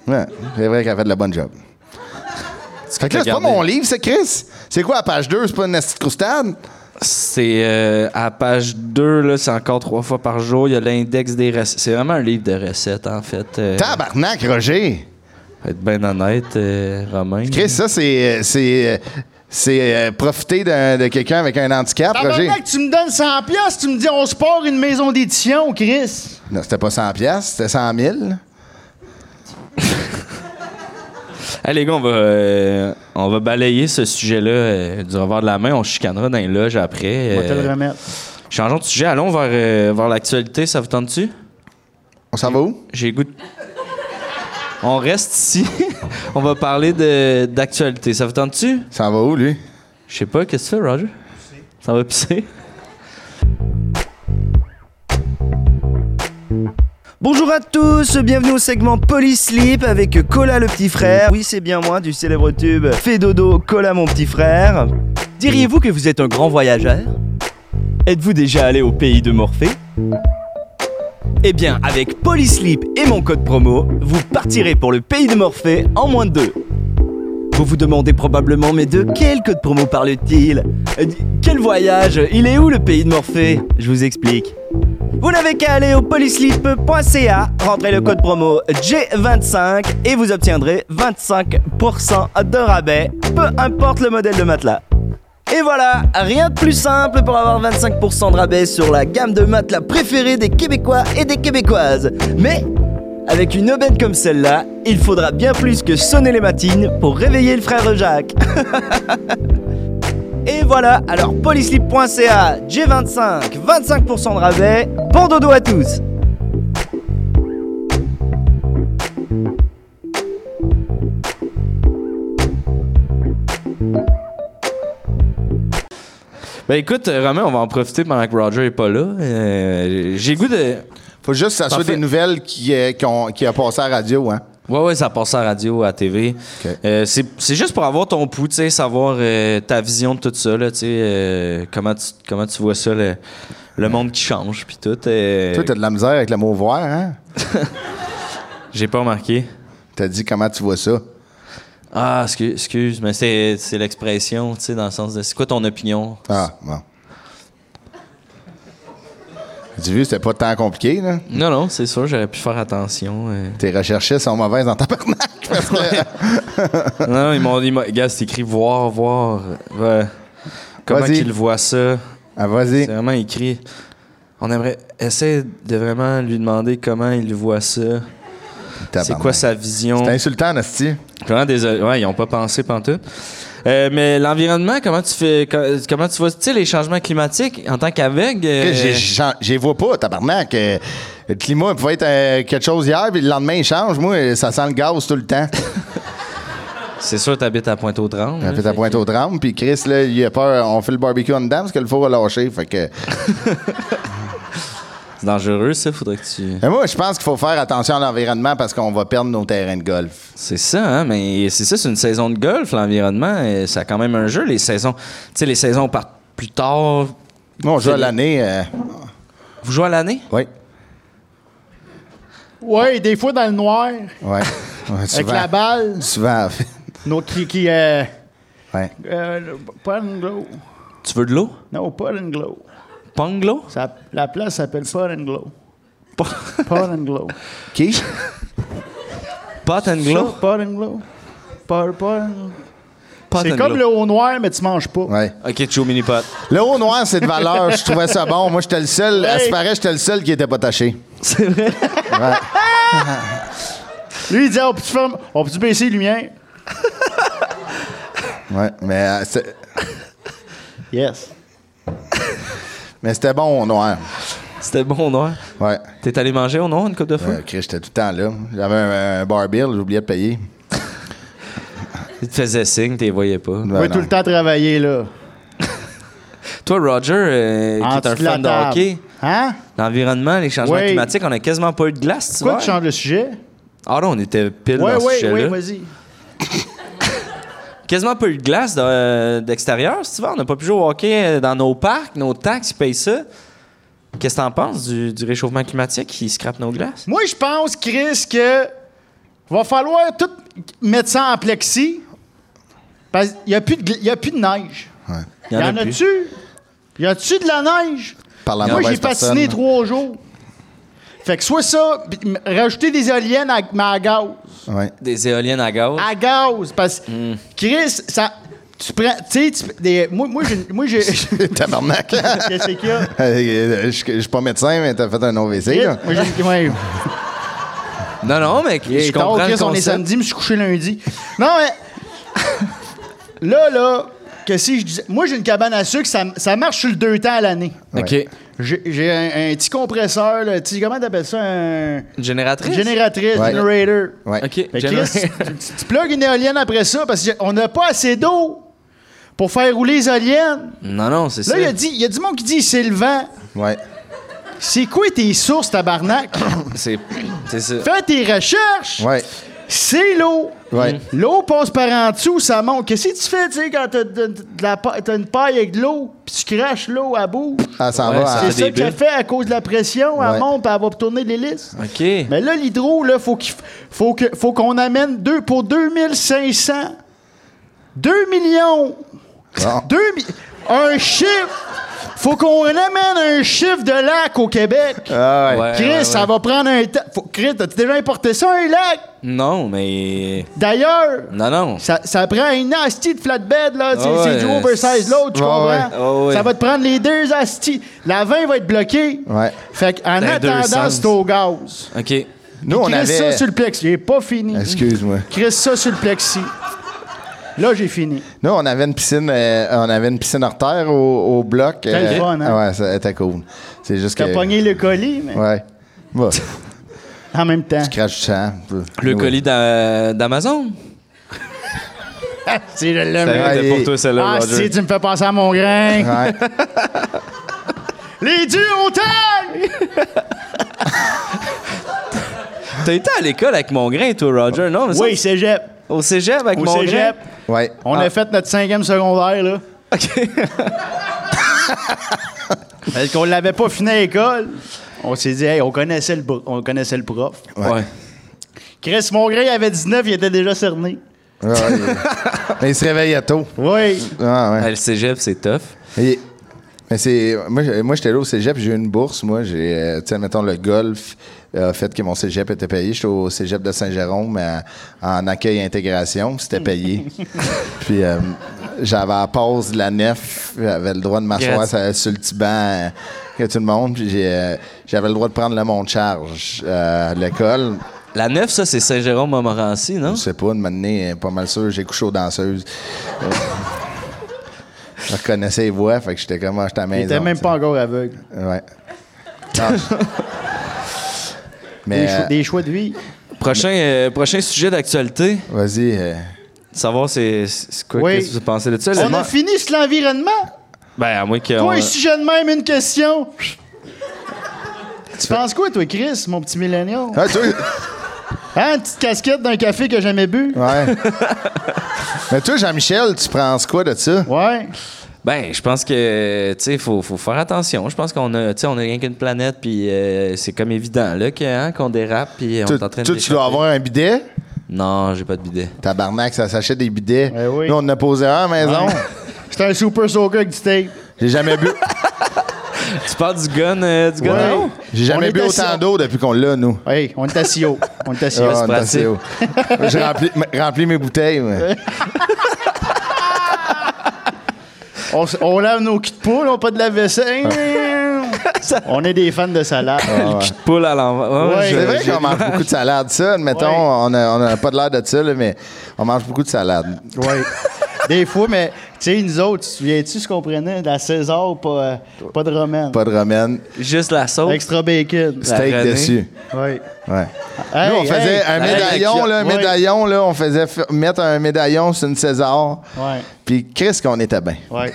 Mmh. Ouais, c'est vrai qu'elle a fait de la bonne job. Fait que là, c'est pas Regardez. mon livre, c'est Chris. C'est quoi, à page 2, c'est pas une petite croustade? C'est euh, à page 2, là, c'est encore trois fois par jour. Il y a l'index des recettes. C'est vraiment un livre de recettes, en fait. euh, Tabarnak, Roger! faut être bien honnête, euh, Romain. Chris, ça, c'est. euh, C'est. euh, C'est euh, profiter d'un- de quelqu'un avec un handicap, Roger. Tabarnak, tu me donnes 100 pièces, tu me dis on se part une maison d'édition, Chris. Non, c'était pas 100 piastres, c'était 100 000. Hey, les gars, on va, euh, on va balayer ce sujet-là euh, du revers de la main. On chicanera dans les loges après. On va te le Euh, remettre. changeons de sujet. Allons vers, euh, vers l'actualité. Ça vous tente-tu? On s'en va où? J'ai le goût de- On reste ici. on va parler de- d'actualité. Ça vous tente-tu? Ça va où, lui? Je sais pas. Qu'est-ce que tu fais, Roger? Ça va pisser? Bonjour à tous, bienvenue au segment Polysleep avec Cola le petit frère. Oui, c'est bien moi du célèbre tube Fais dodo, Cola mon petit frère. Diriez-vous que vous êtes un grand voyageur Êtes-vous déjà allé au pays de Morphée Eh bien, avec Polysleep et mon code promo, vous partirez pour le pays de Morphée en moins de deux. Vous vous demandez probablement, mais de quel code promo parle-t-il Euh, Quel voyage Il est où le pays de Morphée Je vous explique. Vous n'avez qu'à aller au polyslip.ca, rentrez le code promo G25 et vous obtiendrez 25% de rabais, peu importe le modèle de matelas. Et voilà, rien de plus simple pour avoir 25% de rabais sur la gamme de matelas préférée des Québécois et des Québécoises. Mais avec une aubaine comme celle-là, il faudra bien plus que sonner les matines pour réveiller le frère Jacques. Et voilà, alors polyslip.ca, G25, 25% de rabais, bon dodo à tous Ben écoute, euh, Romain, on va en profiter pendant que Roger est pas là. Euh, J'ai le goût de. Faut juste que ça soit Parfait. Euh. des nouvelles qui, euh, qui, ont- qui a passé à la radio, hein? Ouais, ouais, ça passe à la radio, à la TV. Ok. Euh, c'est c'est juste pour avoir ton pouls, tu sais, savoir euh, ta vision de tout ça, là, tu sais, euh, comment, tu, comment tu vois ça, le, le monde qui change, puis tout. euh, Toi, t'as de la misère avec le mot voir, hein? J'ai pas remarqué. T'as dit comment tu vois ça? Ah, excuse, excuse mais c'est c'est l'expression, tu sais, dans le sens de c'est quoi ton opinion? Ah, bon. Tu vu, c'était pas tant compliqué, là? Non, non, c'est sûr, j'aurais pu faire attention. euh. Tes recherches sont mauvaises dans ta pernaque. Parce que non, non, ils m'ont dit, gars, c'est écrit voir, voir. euh, Ouais. Comment Vas-y. qu'ils voient ça? Ah, vas-y. C'est vraiment écrit. On aimerait. Essaye de vraiment lui demander comment il voit ça. C'est Tabarnak. quoi Euh. sa vision? C'est insultant, Nasty. Vraiment désolé. Ouais, ils n'ont pas pensé pantoute. Euh, mais l'environnement, comment tu fais. co- Comment tu vois, tu sais, les changements climatiques en tant qu'aveugle? euh, J'ai- j'en- J'y vois pas, tabarnak. Euh, Le climat pouvait être euh, quelque chose hier, puis le lendemain, il change. Moi, euh, ça sent le gaz tout le temps. C'est sûr, tu habites à Pointe-aux-Trembles. Après, t'as pointe aux trembles, puis Chris, là, il a peur. On fait le barbecue en dedans parce que le four a lâché. Fait que. C'est dangereux, ça. Faudrait que tu. Mais moi, je pense qu'il faut faire attention à l'environnement parce qu'on va perdre nos terrains de golf. C'est ça, hein, mais c'est ça, c'est une saison de golf, l'environnement. euh, Ça a quand même un jeu. Les saisons. Tu sais, les saisons partent plus tard. Moi, on joue à C'est- l'année. euh, Vous jouez à l'année? Oui. Ouais, des fois dans le noir, Ouais. Ouais, avec souvent. la balle, Souvent. nos qui. qui euh, ouais. euh, pas and glow. Tu veux de l'eau? Non, pas and glow. Panglo? Ça- la place s'appelle Pot and Glow. Pot Pot and Glow. Qui? Pot and glow? Ça, Pot and Glow. Pot- pot and- Pot C'est and comme glow. le haut noir, mais tu manges pas. Ouais. Ok, tu joues au mini-pot. Le haut noir, c'est de valeur. Je trouvais ça bon. Moi, j'étais le seul. À ce Ouais. paraît, j'étais le seul qui était pas taché. C'est vrai? Lui, il dit oh, on peut-tu fermer- on peut-tu baisser les lumières Ouais. Mais, euh, c'est- Yes. mais c'était bon au noir. C'était bon au noir. Ouais. T'es allé manger au noir une coupe de fois? Euh, Chris, j'étais tout le temps là. J'avais un, un bar bill, j'oubliais de payer. Ils te faisaient signe, tu les voyais pas. Ben Moi, non. tout le temps travailler, là. Toi, Roger, euh, En qui est un dessous de la fan de table. hockey, Hein? L'environnement, les changements Oui. climatiques, on a quasiment pas eu de glace, tu Pourquoi vois. tu changes le sujet? Ah non, on était pile Oui, dans ce oui, oui, sujet-là. vas-y. quasiment pas eu de glace de- euh, d'extérieur, si tu veux. On n'a pas pu jouer au hockey euh, dans nos parcs, nos taxes, ils payent ça. Qu'est-ce que t'en penses du, du réchauffement climatique qui scrape nos glaces? Moi, je pense, Chris, que va falloir tout mettre ça en plexi. Parce qu'il n'y a, plus de gla- il y a plus de neige. Il y en plus. a-tu? Y a-tu de la neige? Par la Moi, mauvaise j'ai patiné personne. trois jours. Fait que soit ça, pis m- rajouter des éoliennes à, mais à gaz. Ouais. Des éoliennes à gaz. À gaz. Parce que, Chris, ça. Tu prends. Tu sais, tu- des- moi, moi, j'ai. Moi, j'ai. Tabarnak. Qu'est-ce qu'il y a? Euh, Je je suis pas médecin, mais t'as fait un OVC, là. Moi, j'ai. ouais. Non, non, mais Il est je tard, comprends le Chris, on est concept. samedi, je me suis couché lundi. Non, mais. là, là, que si je disais. Moi, j'ai une cabane à sucre, ça, ça marche sur le deux temps à l'année. OK. J'ai j'ai un, un petit compresseur, là, tu sais, comment t'appelles ça? Un. Une génératrice? Génératrice, Ouais. generator. Ouais. OK. Fait que génératrice. Chris, tu, tu plugues une éolienne après ça parce qu'on n'a pas assez d'eau pour faire rouler les éoliennes. Non, non, c'est ça. Là, il y, a dit- il y a du monde qui dit c'est le vent. Ouais. C'est quoi tes sources, tabarnak? C'est c'est ça. Fais tes recherches. Ouais. C'est l'eau. Ouais. L'eau passe par en dessous, ça monte. Qu'est-ce que tu fais, tu sais, quand t'as de- de- de la pa- t'as une paille avec de l'eau, puis tu craches l'eau, à bout? Ah, ça en Ouais, va. ça à- C'est fait ça des qu'elle bulles. fait à cause de la pression, Ouais. elle monte, puis elle va tourner l'hélice. OK. Mais là, l'hydro, là, faut qu'il f- faut que faut qu'on amène deux pour 2500 2 millions. Bon. Deux mi- un chiffre. Faut qu'on amène un chiffre de lac au Québec. Ah, ouais. Ouais, Chris, ouais, ouais. ça va prendre un temps. Faut- Chris, t'as déjà importé ça, un lac? Non, mais... D'ailleurs, Non, non. ça, ça prend une asti de flatbed, là. C'est Ah c'est ouais. du oversize l'autre, tu Ah comprends? ouais. Ah ouais. Ça va te prendre les deux asti. La 20 va être bloquée. Ouais. Fait qu'en Dans les deux attendant, sens. c'est au gaz. OK. Nous, on Chris avait. ça sur le plexi. J'ai pas fini. Excuse-moi. Chris ça sur le plexi. Là, j'ai fini. Nous, on avait une piscine, euh, on avait une piscine hors terre au, au bloc. euh, Quel fun, hein? Ouais, ça était cool. C'est juste T'as que. pogné le colis, mais Ouais. Bah, en même temps. crache du sang. Le colis d'A- d'Amazon? C'est le vrai. le était pour toi, Ah, si, tu me fais passer à mon grain. Ouais. Les dieux ont tort! T'as été à l'école avec mon grain, toi, Roger, non? mais ça, Oui, cégep. Au cégep avec Au mon cégep, grain? Ah. Ouais. on a fait notre cinquième secondaire, là. OK. Parce qu'on l'avait pas fini à l'école. On s'est dit, hey, on connaissait le, br- on connaissait le prof. Ouais. Chris Mongrain il avait 19, il était déjà cerné. Ah, ouais. Mais il se réveillait tôt. Oui. Ah, ouais. Ouais, Le cégep, c'est tough. Et- mais c'est moi, j'ai- moi j'étais là au cégep, j'ai eu une bourse. Moi, j'ai, euh, tu sais, mettons, le golf euh, a fait que mon cégep était payé. J'étais au cégep de Saint-Jérôme euh, en accueil et intégration, puis c'était payé. puis euh, j'avais à la pause de la nef, j'avais le droit de m'asseoir Gratis. sur, sur le petit banc euh, que tout le monde. Puis j'ai, euh, j'avais le droit de prendre le monde charge euh, à l'école. La 9, ça, c'est Saint-Jérôme-Montmorency, non? Je sais pas, de m'amener, euh, pas mal sûr, j'ai couché aux danseuses. Euh, Je reconnaissais les voix, fait que j'étais comme, ah, j'étais à la Il maison. était même tu pas encore aveugle. Ouais. Non, je- Des, Mais choix- euh, Ah. des choix de vie. Prochain, euh, prochain sujet d'actualité. vas-y. euh, Savoir c'est c'est quoi Oui. qu'est-ce que vous pensez de ça. le On a monde- fini sur l'environnement. Ben à moins que on- Toi, si j'ai de même une question. Tu penses quoi, toi, Chris, mon petit millénial? ah, toi- Hein, une petite casquette d'un café que j'ai jamais bu? ouais. Mais toi, Jean-Michel, tu penses quoi de ça? Ouais. ben je pense que tu sais faut, faut faire attention. Je pense qu'on a tu sais on a rien qu'une planète puis euh, c'est comme évident là que, hein, qu'on dérape puis on Toi, est en train toi, de tu dois avoir un bidet? Non, j'ai pas de bidet. Tabarnak, ça s'achète des bidets. Eh oui. Nous, on en a posé un à la maison. C'est un super soaker avec du tape. J'ai jamais bu. Tu parles du gun euh, du gun Ah Ouais. à eau? J'ai On jamais est bu assis- autant d'eau depuis qu'on l'a, nous. Hey, on est assis haut. On est assis Ah, haut. on est pratique. assez haut. Je remplis, m- remplis mes bouteilles. mais- On, s- on lave nos culs de poule, on n'a pas de la vaisselle. on est des fans de salade. Poule à l'envers. Ouais, Ouais. je- C'est vrai j'ai- qu'on mange beaucoup de salade. Ça, admettons, Ouais. on n'a pas de l'air de ça, là, mais on mange beaucoup de salade. Ouais. Des fois, mais tu sais, nous autres, tu te souviens-tu ce qu'on prenait? De la César, pas, euh, pas de romaine. Pas de romaine, juste la sauce. Extra bacon. La steak Renée. dessus. Ouais. Ouais. Hey, Nous, on faisait hey. un la médaillon, réaction. là, un Ouais. médaillon, là, on faisait f- mettre un médaillon sur une César. Ouais. Puis, qu'est-ce qu'on était bien? Ouais.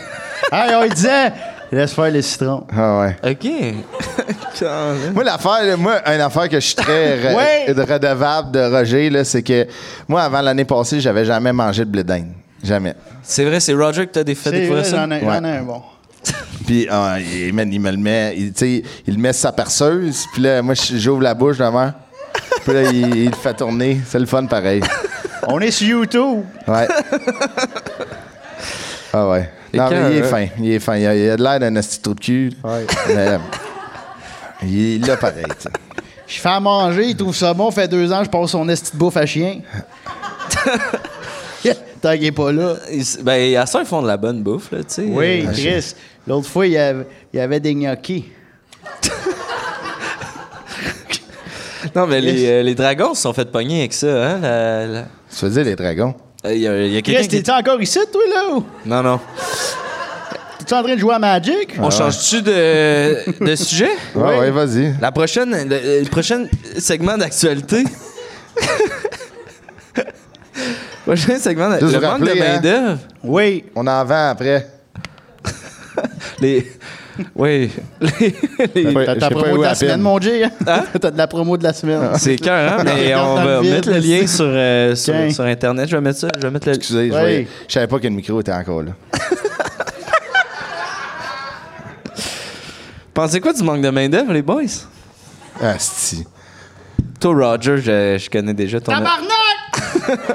hey, on lui disait, Laisse faire les citrons. Ah ouais. OK. Moi, l'affaire, là, moi, une affaire que je suis très re- Hein? Ouais. redevable de Roger, là, c'est que moi, avant l'année passée, j'avais jamais mangé de blé d'Inde. Jamais. c'est vrai, c'est Roger que t'as des fait C'est vrai, découvrir ça. J'en ai, j'en ai un bon. Puis, ah, il, man, il me le met, il, tu sais, il le met sur sa perceuse, puis là, moi, je- j'ouvre la bouche de mère. Puis là, il, il le fait tourner. C'est le fun, pareil. On est sur YouTube. Ouais. Ah ouais. Non, mais il est fin. Il est fin. Il a, il a de l'air d'un asti de trou de cul. Mais, euh, il est là pareil. tu sais. Je fais à manger, il trouve ça bon. Fait deux ans, je passe son esti de bouffe à chien. Tant qu'il est pas là. Ils- Ben, à ça, ils font de la bonne bouffe, là, tu sais. Oui, Euh, Chris. L'autre fois, il y avait, il y avait des gnocchis. Non, mais les, euh, les dragons se sont fait pogner avec ça, hein? la- la- Euh, Tu faisais les dragons. Il y a, il y a quelqu'un Chris, qui... t'es-tu encore ici, toi, là? ou Non, non. Ah T'es-tu en train de jouer à Magic? On change-tu de, de sujet? Ouais, ouais, vas-y. La prochaine, le, le prochain segment d'actualité. prochain segment d'actualité. Le Juste vous manque de rappeler, hein. main-d'œuvre. Oui. On en vend après. Les. Oui. Les- les- Ouais, T'as je ta sais pas promo où Ah, de à la peine. semaine, mon Jay. T'as de la promo de la semaine. C'est cœur, hein? Mais Regarde on dans va le vide, mettre le lien là-dessus. sur, euh, sur, Tiens. sur Internet. Je vais mettre ça. Je vais mettre le. Excusez, je Ouais. voyais- je savais pas que le micro était encore là. Pensez quoi du manque de main-d'œuvre, les boys? Ah, si. Toi, Roger, je, je connais déjà ton. Tabarnak!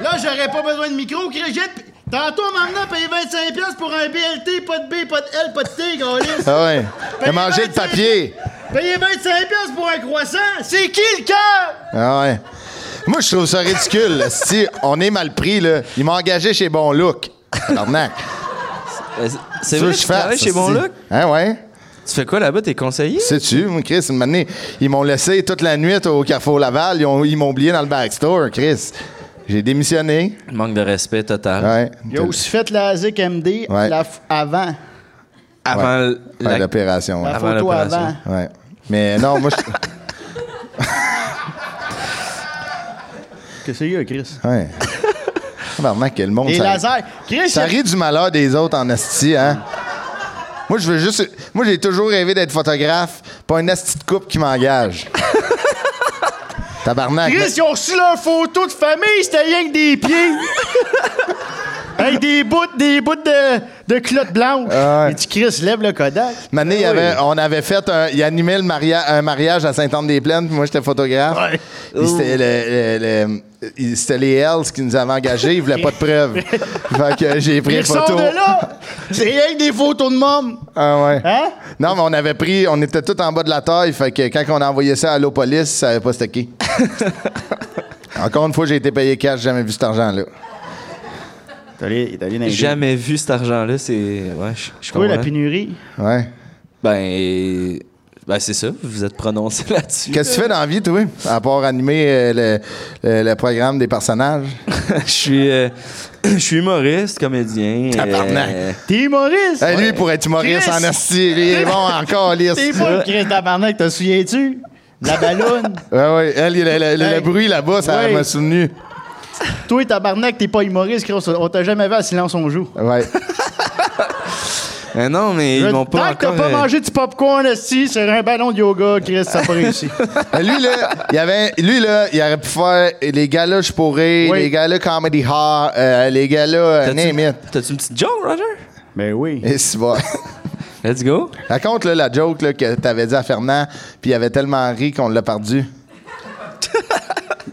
Là, j'aurais pas besoin de micro, Chris. J'ai- Tantôt, maintenant, payer 25$ piastres pour un BLT, pas de B, pas de L, pas de T, gros. Ah ouais. Il a Payez mangé le 25. papier. Payer 25$ piastres pour un croissant, c'est qui le cœur? Ah ouais. Moi, je trouve ça ridicule. là. si on est mal pris, là. Il m'a engagé chez Bon Look. Arnaque. Euh, c'est- C'est vrai, que tu travailles chez Bon Luc? Hein, ouais. Tu fais quoi là-bas? T'es conseiller? Sais-tu, moi, Chris, une année, ils m'ont laissé toute la nuit au Carrefour Laval. Ils, ont- ils m'ont oublié dans le backstore, Chris. J'ai démissionné. Manque de respect total. Ouais. Il a aussi fait la ZIC MD Ouais. la f- avant. Avant l- Ouais, la- l'opération, ouais. La Avant photo l'opération. avant. Ouais. Mais non, moi, je. Qu'est-ce qu'il y a, euh, Chris? Ouais. Vraiment, quel monde. Les ça- lasers. Chris, Ça il- rit du malheur des autres en asti, hein? Moi, je veux juste. Moi, j'ai toujours rêvé d'être photographe, pas une asti de couple qui m'engage. Tabarnak. Chris, ils ont reçu leur photo de famille, c'était rien que des pieds. Avec des bouts, des bouts de, de clottes blanches. Ah ouais. Il dit, Chris, lève le Kodak. Ah Mané, il y avait- on avait fait un, il animait le maria- un mariage à Sainte-Anne-des-Plaines, puis moi j'étais photographe. Ouais. Puis C'était le- le- le- il- c'était les Hells qui nous avaient engagés, ils voulaient pas de preuves. fait que j'ai pris Ils une sont photo. de là. C'est rien que des photos de môme. Ah ouais. Hein? Non, mais on avait pris, on était tout en bas de la taille, fait que quand on a envoyé ça à l'eau police, ça savait pas c'était qui. Encore une fois, j'ai été payé cash, j'ai jamais vu cet argent-là. T'as allé dans J'ai jamais vu cet argent-là. C'est. Ouais, je- je Quoi, comprends. la pénurie? Ouais. Ben. Ben, c'est ça. Vous êtes prononcé là-dessus. Qu'est-ce que tu fais dans la vie, toi, à part animer euh, le, le- le programme des personnages? Je suis. euh, je suis humoriste, comédien. Tabarnak. euh, T'es humoriste? Hey, lui, pour être humoriste Chris! en asti, lui, il est bon encore, lisse. T'es pas le Chris Tabarnak, t'as souviens-tu? De La balloune. Ouais, ouais. Elle, il- le, le- le Hey. bruit là-bas, ça Ouais. m'a souvenu. Toi, Tabarnak, t'es pas humoriste, Chris. On t'a jamais vu à silence on joue. Ouais. mais euh, non, mais ils m'ont pas Tant que t'as encore. pas euh, mangé du popcorn assis sur un ballon de yoga, Chris, ça a pas réussi. Euh, lui, là, il avait, lui, là, il aurait pu faire les galas Je pourrais, Oui. les galas Comedy Hard, euh, les galas euh, T'as-tu Name It. t'as-tu une petite joke, Roger? Ben oui. Et c'est bon. Let's go. Raconte là, la joke là, que t'avais dit à Fernand, puis il avait tellement ri qu'on l'a perdu.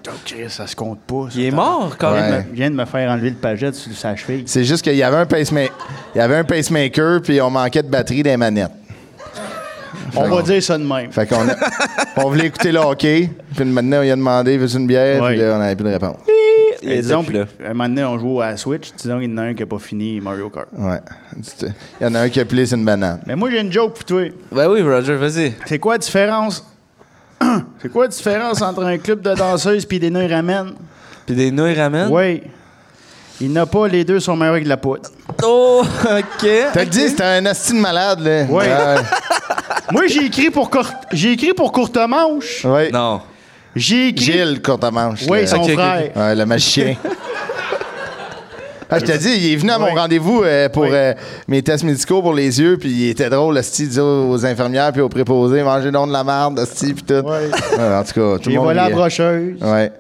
Oh, Chris, ça se compte pas. ça. Il est mort, Ah, quand Ouais. même. Il vient de me faire enlever le pagette sur sa cheville. C'est juste qu'il y avait un pacemaker, il y avait un pacemaker, puis on manquait de batterie des manettes. On va dire ça de même. Fait qu'on a- on voulait écouter le hockey, puis maintenant on lui a demandé veux-tu une bière, Ouais. puis là, on n'avait plus de réponse. Il Et est disons, depuis là. à un moment donné, on joue à la Switch. Disons, il y en a un qui n'a pas fini Mario Kart. Ouais. C'était- Il y en a un qui a plissé une banane. Mais moi, j'ai une joke pour toi. Ben oui, Roger, vas-y. C'est quoi la différence? C'est quoi la différence entre un club de danseuses et des nains ramènes? Puis des nouilles ramen. Oui. Il n'a pas, les deux sont meilleurs que de la poudre. Oh, OK. T'as dit, c'était un asti de malade, là. Ouais. Ah, Moi, j'ai écrit pour court... j'ai écrit pour courte manche. ouais. Non. J'ai écrit. Gilles, courte manche. Oui, le- son ok, ok. frère. Ouais, le magicien. Ah, je t'ai dit, il est venu à mon Oui. rendez-vous euh, pour Oui. euh, mes tests médicaux pour les yeux, puis il était drôle, Asti, il disait aux infirmières puis aux préposés, mangez donc de la merde, Asti, puis tout. Ouais. Ouais, en tout cas, tout Et le monde. voilà la riait. brocheuse. Ouais.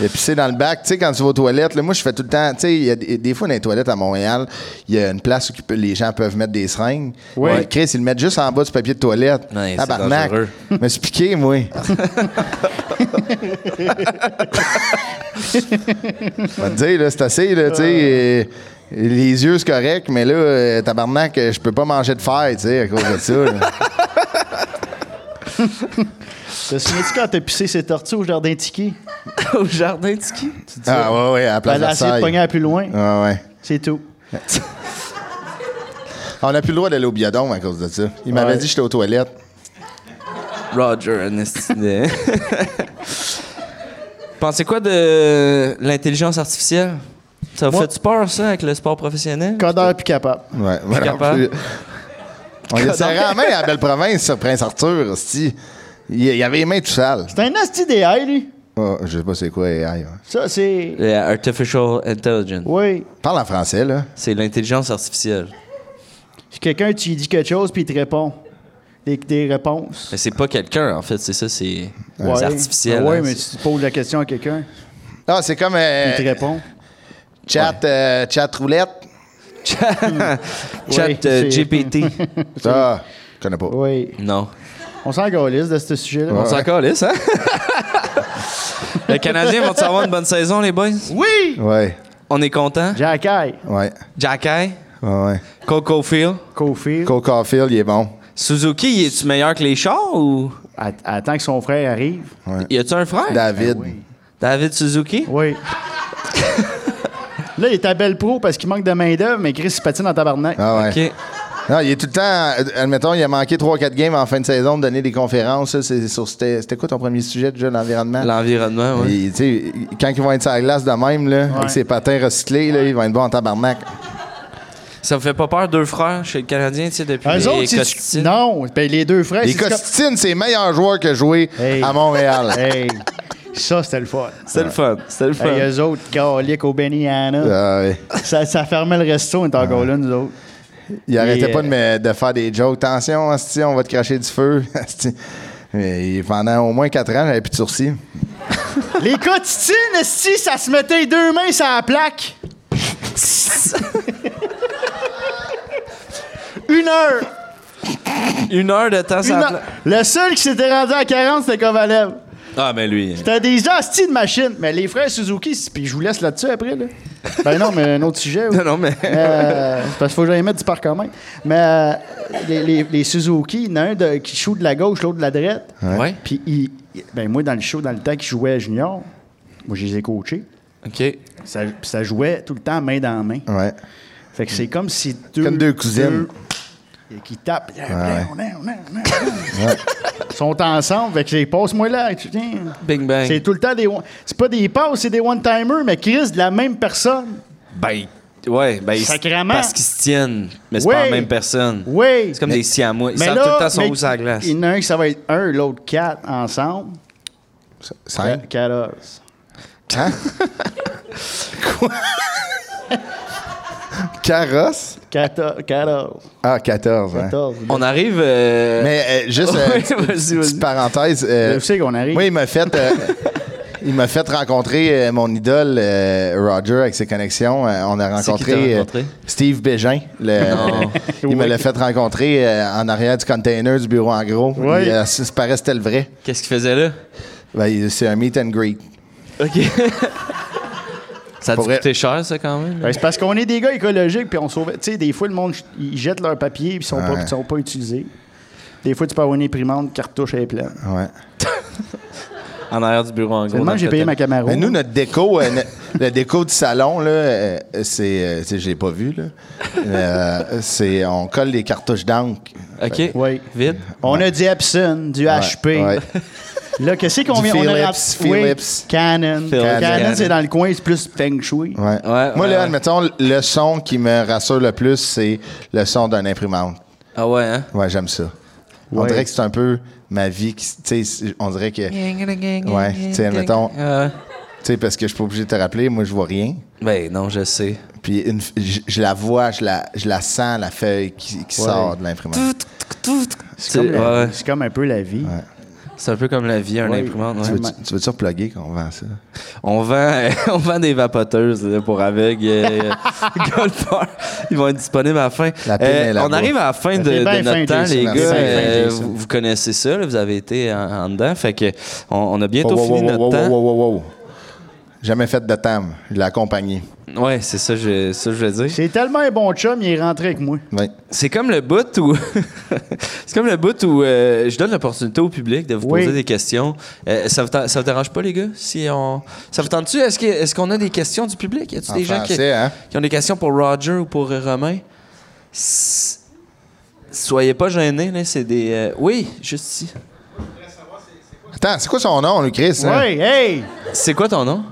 Il a pissé dans le bac. Tu sais, quand tu vas aux toilettes, là, moi, je fais tout le temps. Tu sais, il y a des, des fois dans les toilettes à Montréal, il y a une place où qui peut- les gens peuvent mettre des seringues. Oui. Ouais, Chris, ils le mettent juste en bas du papier de toilette. Ouais, c'est Tabarnak. dangereux. Je me suis piqué, moi. Je vais te dire, là, c'est assez, là, tu sais. euh, Les yeux, c'est correct, mais là, euh, tabarnak, euh, je peux pas manger de fer, tu sais, à cause de ça. là. Te souviens-tu quand t'as pissé ses tortues au jardin Tiki? Au jardin de ski. ah, ouais, ouais, à la place Elle a essayé Ben, Versailles. de pogner à plus loin. Ah, ouais. C'est tout. On n'a plus le droit d'aller au biodôme à cause de ça. Il m'avait Ouais. dit que j'étais aux toilettes. Roger, un esti de- Pensez quoi de l'intelligence artificielle? Ça vous Moi- fait peur, ça, avec le sport professionnel? Codeur puis capable. Ouais, voilà. capable. On lui a serré la main à Belle Province sur Prince Arthur, hostie. Il il avait les mains tout sales. C'est un asti d'AI, lui. Oh, je sais pas c'est quoi AI. ouais. Ça, c'est. Euh, artificial intelligence. Oui. Parle en français, là. C'est l'intelligence artificielle. Si quelqu'un, tu lui dis quelque chose, puis il te répond. Des, des réponses. Mais c'est pas quelqu'un, en fait. C'est ça, c'est c'est Ouais. artificiel. Ah ouais, hein, mais c'est- tu poses la question à quelqu'un, Ah, c'est comme euh, il te répond. chat, euh, chat roulette. Chat Oui, euh, c'est- GPT. Ça, Ah, je connais pas. Oui. non. On s'en galisse de ce sujet-là. On s'en calisse, hein? Les Canadiens vont avoir une bonne saison, les boys? Oui! Ouais, On est content. Jack Eye, ouais, Jack Eye, ouais. ouais. Coco Field. Kofi. Cole Caulfield, il est bon. Suzuki, est tu meilleur que les chars ou Att- Attends que son frère arrive. y a-tu un frère? David. David Suzuki? Oui. Là, il est à Belle Pro parce qu'il manque de main-d'œuvre, mais Chris, il patine en tabarnak. Ah ouais. Ok. Non, il est tout le temps. euh, Admettons, il a manqué 3-4 games en fin de saison de donner des conférences. ça, c'est sur- C'était c'était quoi ton premier sujet déjà, l'environnement? L'environnement, oui. Et, tu sais, quand ils vont être sur la glace de même, là, avec ses patins recyclés, là, ils vont être bons en tabarnak. Ça me fait pas peur, deux frères chez le Canadien, tu sais, depuis Eux Ah, les autres, c'est- Costitines. Non, ben, les deux frères, Les c'est- Costitines, c'est les meilleurs joueurs que jouer Hey. à Montréal. Hey, ça, c'était le fun. C'était le fun. C'était le fun. Hey, eux autres, Galic au Benihana. Ah ouais. Ça, ça fermait le resto, on était encore là, nous autres. Ils arrêtaient euh, pas de, me- de faire des jokes. Attention, asti, on va te cracher du feu. asti. Mais pendant au moins 4 ans, j'avais plus de sourcils. Les quotidiennes, si ça se mettait les deux mains sur la plaque. Une heure. Une heure de temps, Une ça heure. Le seul qui s'était rendu à 40, c'était Kovalev. Ah, mais lui. T'as des hosties de machines. Mais les frères Suzuki, c'est- puis je vous laisse là-dessus après. Là. Ben non, mais un autre sujet. oui. Non, non, mais. Euh, c'est parce qu'il faut que j'aille mettre du parc quand même. Mais euh, les, les- les Suzuki, il y en a un de- qui shoot de la gauche, l'autre de la droite. Ouais. Puis, il- il- ben moi, dans le show, dans le temps qu'il jouait junior, moi, je les ai coachés. Ok. Ça, puis ça jouait tout le temps main dans main. Ouais. Fait que c'est comme si deux. Ah. Comme deux cousines. Ah, deux- et qui tapent. Ils sont ensemble. Fait que les passe-moi là. tu- tiens. Bing C'est bang. tout le temps des. one- C'est pas des passes, c'est des one-timers, mais Chris, de la même personne. Ben. Ouais, ben. ils- Sacrément. Parce qu'ils se tiennent, mais c'est pas Oui. la même personne. Oui. C'est comme Mais- des siamois. Ils mais savent là, tout le temps son mais où sur la glace. Il y en a un qui ça va être un, l'autre quatre ensemble. 5. Quatorze. Hein? Quoi? Carrosse? Quatorze. Quatorze. Ah, 14. hein. Quatorze. On arrive. euh, Mais euh, juste euh, Oui, petite- vas-y, vas-y. petite parenthèse. euh, Je sais qu'on arrive. Oui, il m'a fait. euh, il m'a fait rencontrer euh, mon idole euh, Roger avec ses connexions. Euh, on a C'est qui t'as rencontré, euh, rencontré? Steve Bégin. le- Non. il me l'a fait rencontrer euh, en arrière du container du bureau en gros. Oui. Il, euh, ça se paraît que c'était le vrai. Qu'est-ce qu'il faisait là? Ben, il- c'est un meet and greet. Ok. ça a dû Pour vrai. coûter cher, ça, quand même. Ben, c'est parce qu'on est des gars écologiques, puis on sauve. Tu sais, des fois, le monde, ils jettent leur papier, puis ils sont, pas- Ouais. ils sont pas utilisés. Des fois, tu peux avoir une imprimante, cartouche et pleine. Ouais. En arrière du bureau, en gros. dans Seulement, le j'ai payé ma cocktail. Camaro. Mais nous, notre déco, euh, no- la déco du salon, là, euh, c'est. euh, tu sais, je l'ai pas vu, là. Euh, c'est. On colle des cartouches d'encre. Ok. Oui. Vite. On a du Epson, du HP. ouais. Là, qu'est-ce qu'on Du vient? on a Philips, oui, Philips. Canon. Philips. Canon, Canon. c'est dans le coin, c'est plus Feng Ouais. Shui. Ouais, Moi, ouais, là, ouais. admettons, le son qui me rassure le plus, c'est le son d'un imprimante. Ah ouais, hein? Ouais, j'aime ça. On Ouais. dirait que c'est un peu ma vie. qui s- Tu sais, c'est- on dirait que. Ouais, tu sais, admettons. Euh, Tu sais, parce que je suis pas obligé de te rappeler, moi, je vois rien. Ben non, je sais. Puis une f- je, je la vois, je la, je la sens, la feuille qui, qui sort de l'imprimante. C'est comme la- ouais, c'est comme un peu la vie. c'est un peu comme la vie, un imprimante. ouais. Tu veux-tu tu veux-tu reploguer quand on vend ça? On vend, on vend des vapoteuses là, pour aveugles. euh, Goldbar. Ils vont être disponibles à la fin. Euh, La pine est là-bas. on arrive à la fin de, fait de bien notre fin, temps, Jason, les la gars. fait bien Euh, fin, Jason. vous, vous connaissez ça, là, vous avez été en, en dedans. Fait que on, on a bientôt Wow, wow, fini wow, notre wow, temps. wow, wow, wow. Jamais fait de tam. Je l'ai accompagné. Ouais, c'est ça, je, ça que je veux dire. C'est tellement un bon chum, il est rentré avec moi. Oui. C'est comme le bout où c'est comme le bout où euh, je donne l'opportunité au public de vous Oui. poser des questions. Euh, ça vous ten- ça vous dérange pas les gars si on ça vous tente-tu Est-ce que- est-ce qu'on a des questions du public Y a-tu En des gens qui, français, hein? qui ont des questions pour Roger ou pour euh, Romain S- Soyez pas gênés là, c'est des euh, oui, juste ici. Attends, c'est quoi son nom, le Chris? hein? Ouais, hey! C'est quoi ton nom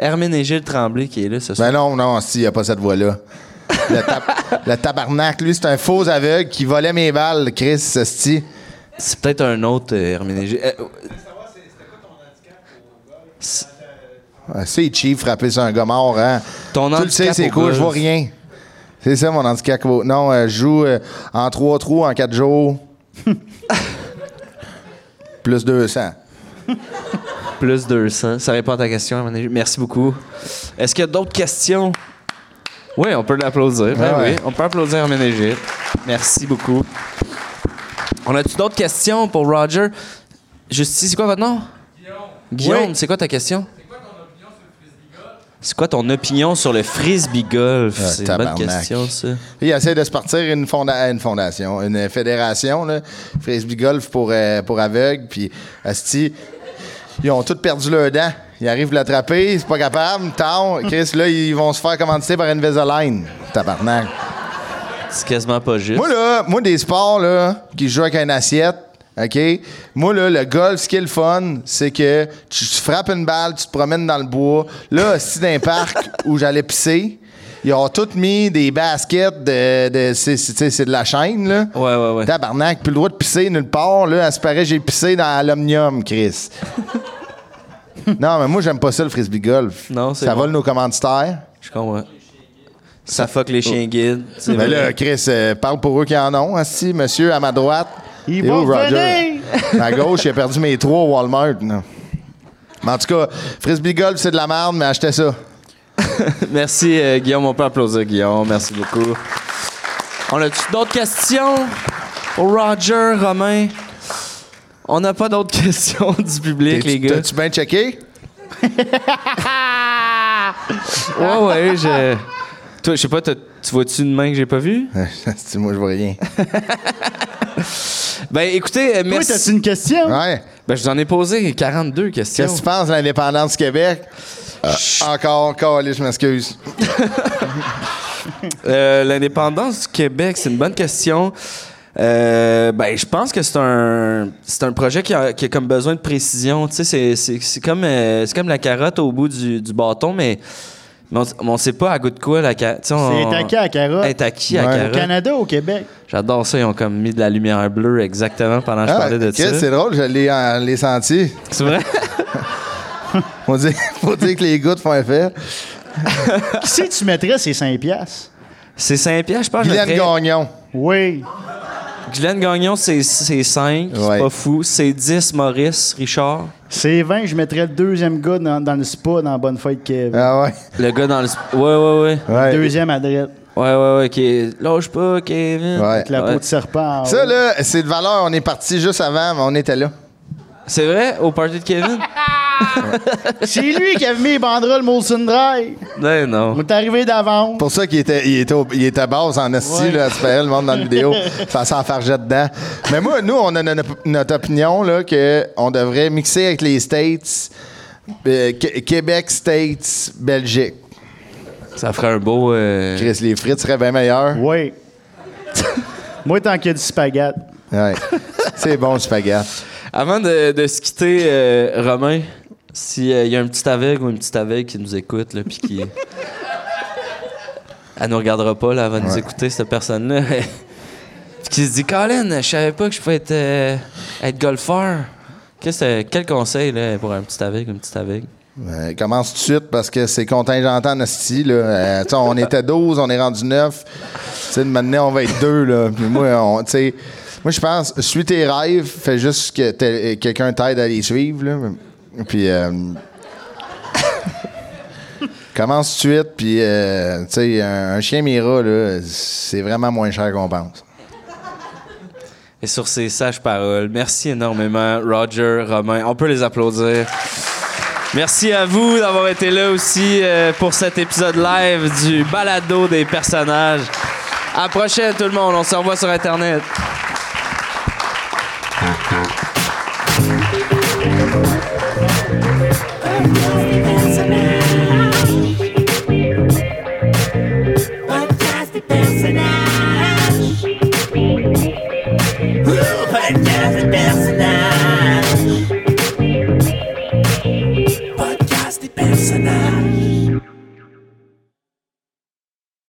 Herménégilde Tremblay qui est là ce soir. Ben non, non, si, il a pas cette voix-là. Le, tab- le tabarnak, lui, c'est un faux aveugle qui volait mes balles, le Chris, sti. C'est peut-être un autre euh, Herménégilde. Euh, C'est- C'est cheap, frapper sur un gars mort, hein? Ton tu le sais, handicap c'est au quoi? Je vois golf. rien. C'est ça, mon handicap. au- Non, euh, je joue euh, en trois trous en quatre jours. Plus 200. Plus 200. Ça répond à ta question, à mon avis. Merci beaucoup. Est-ce qu'il y a d'autres questions? Oui, on peut l'applaudir. Ben Ah ouais. oui, on peut applaudir Ménégit. Merci beaucoup. On a-tu d'autres questions pour Roger? Justy, c'est quoi votre nom? Guillaume. Guillaume, c'est quoi ta question? C'est quoi ton opinion sur le frisbee golf? Ah, C'est une bonne tabarnak. question, ça. Il essaie de se partir une, fonda- euh, une fondation, une fédération, là, frisbee golf pour, euh, pour aveugles. Puis, asti, ils ont tous perdu leurs dents. Ils arrivent à l'attraper, c'est pas capable, tard. Chris, là, ils vont se faire commanditer par Invisalign. Tabarnak. C'est quasiment pas juste. Moi, là, moi, des sports, là, qui jouent avec une assiette, OK? Moi, là, le golf, ce qui est le fun, c'est que tu, tu frappes une balle, tu te promènes dans le bois. Là, si d'un parc où j'allais pisser, ils ont tous mis des baskets de. de c'est- c'est tu sais, c'est de la chaîne, là. Ouais, ouais, ouais. Tabarnak, plus le droit de pisser nulle part. Là, à ce paraît, j'ai pissé dans l'omnium, Chris. non, mais moi, j'aime pas ça, le frisbee golf. Non, c'est Ça bon. vole nos commanditaires. Je comprends. Ça fuck les chiens guides. c'est vrai. Mais Oh. là, Chris, euh, parle pour eux qui en ont. Si, monsieur, à ma droite. Il T'es va où, Roger? revenir! À gauche, j'ai perdu mes trois au Walmart. non. Mais en tout cas, Frisbee Golf, c'est de la merde, mais achetez ça. Merci euh, Guillaume, on peut applaudir Guillaume, merci beaucoup. On a-tu d'autres questions? Roger, Romain? On n'a pas d'autres questions du public, les T'es- gars. T'as-tu bien checké? Ouais, ouais, je. Toi, je sais pas, t'as- tu vois-tu une main que j'ai pas vue? Asti, Moi, je vois rien. Ben, écoutez, euh, Toi, merci. t'as-tu une question? Ouais. Ben, je vous en ai posé 42 questions. Qu'est-ce que tu penses de l'indépendance du Québec? Encore, encore, je m'excuse. Euh, L'indépendance du Québec, c'est une bonne question. Euh, ben, je pense que c'est un c'est un projet qui a, qui a comme besoin de précision. Tu sais, c'est- c'est c'est comme euh, c'est comme la carotte au bout du, du bâton, mais, mais on, s- on sait pas à goût de quoi la carotte. C'est à qui à Cara? est à qui, la Ouais. Au Au carotte? Canada ou au Québec? J'adore ça. Ils ont comme mis de la lumière bleue exactement pendant que Ah, je parlais de Ah, ok, c'est ça. drôle, je l'ai, euh, l'ai senti. C'est vrai? Faut dire, faut dire que les gars te font effet. Qui c'est que tu mettrais ces 5 piastres? c'est Saint-Pierre, je pense. que je Guylaine mettrais- Gagnon. Oui. Guylaine Gagnon, c'est 5. Ouais. C'est pas fou. C'est 10, Maurice, Richard. C'est 20, je mettrais le deuxième gars dans, dans le spa dans Bonne Fête Kevin. Ah ouais. Le gars dans le... sp- Ouais, ouais, Ah, ouais. ouais. Deuxième à droite. Ouais, ouais, ouais, qui est. Lâche pas, Kevin. Ouais. Avec la Ouais. peau de serpent. en Ça, haut. là, c'est de valeur. On est parti juste avant, mais on était là. C'est vrai, au party de Kevin? C'est lui qui avait mis les banderoles Molson Drive. ben non. On est arrivé d'avance. Pour ça qu'il était, il était, au- il était base en esti, Ouais. là, tu verrais le monde dans la vidéo. Ça s'enfargeait dedans. Mais moi, nous, on a no- notre opinion, là, qu'on devrait mixer avec les States, euh, Qu- Québec, States, Belgique. Ça ferait un beau. euh, Chris, les frites seraient bien meilleures. Oui. Moi, tant qu'il y a du spaghetti. Ouais. C'est bon, le spaghetti. Avant de, de se quitter, euh, Romain, s'il y a un petit aveugle ou une petite aveugle qui nous écoute, là, puis qui. Elle nous regardera pas, là, elle va nous écouter, cette personne-là. puis qui se dit, Colin, je savais pas que je pouvais être, euh, être golfeur. Qu'est-ce que- quel conseil là, pour un petit avec, une petite avec? Euh, commence tout de suite parce que c'est contingentant en esti, là. Euh, tu sais, on était 12, on est rendu 9. Tu sais, maintenant, on va être 2. Là. Puis moi, on- tu sais, moi, je pense, suis tes rêves, fais juste que t'aies- quelqu'un t'aide à les suivre. Là. Puis, euh, commence tout de suite. Puis, euh, tu sais, un, un chien Mira, là, c'est vraiment moins cher qu'on pense. Et sur ces sages paroles, merci énormément, Roger, Romain. On peut les applaudir. Merci à vous d'avoir été là aussi euh, pour cet épisode live du balado des personnages. À la prochaine, tout le monde. On se revoit sur Internet. Fantastic personage. Ooh, fantastic personage.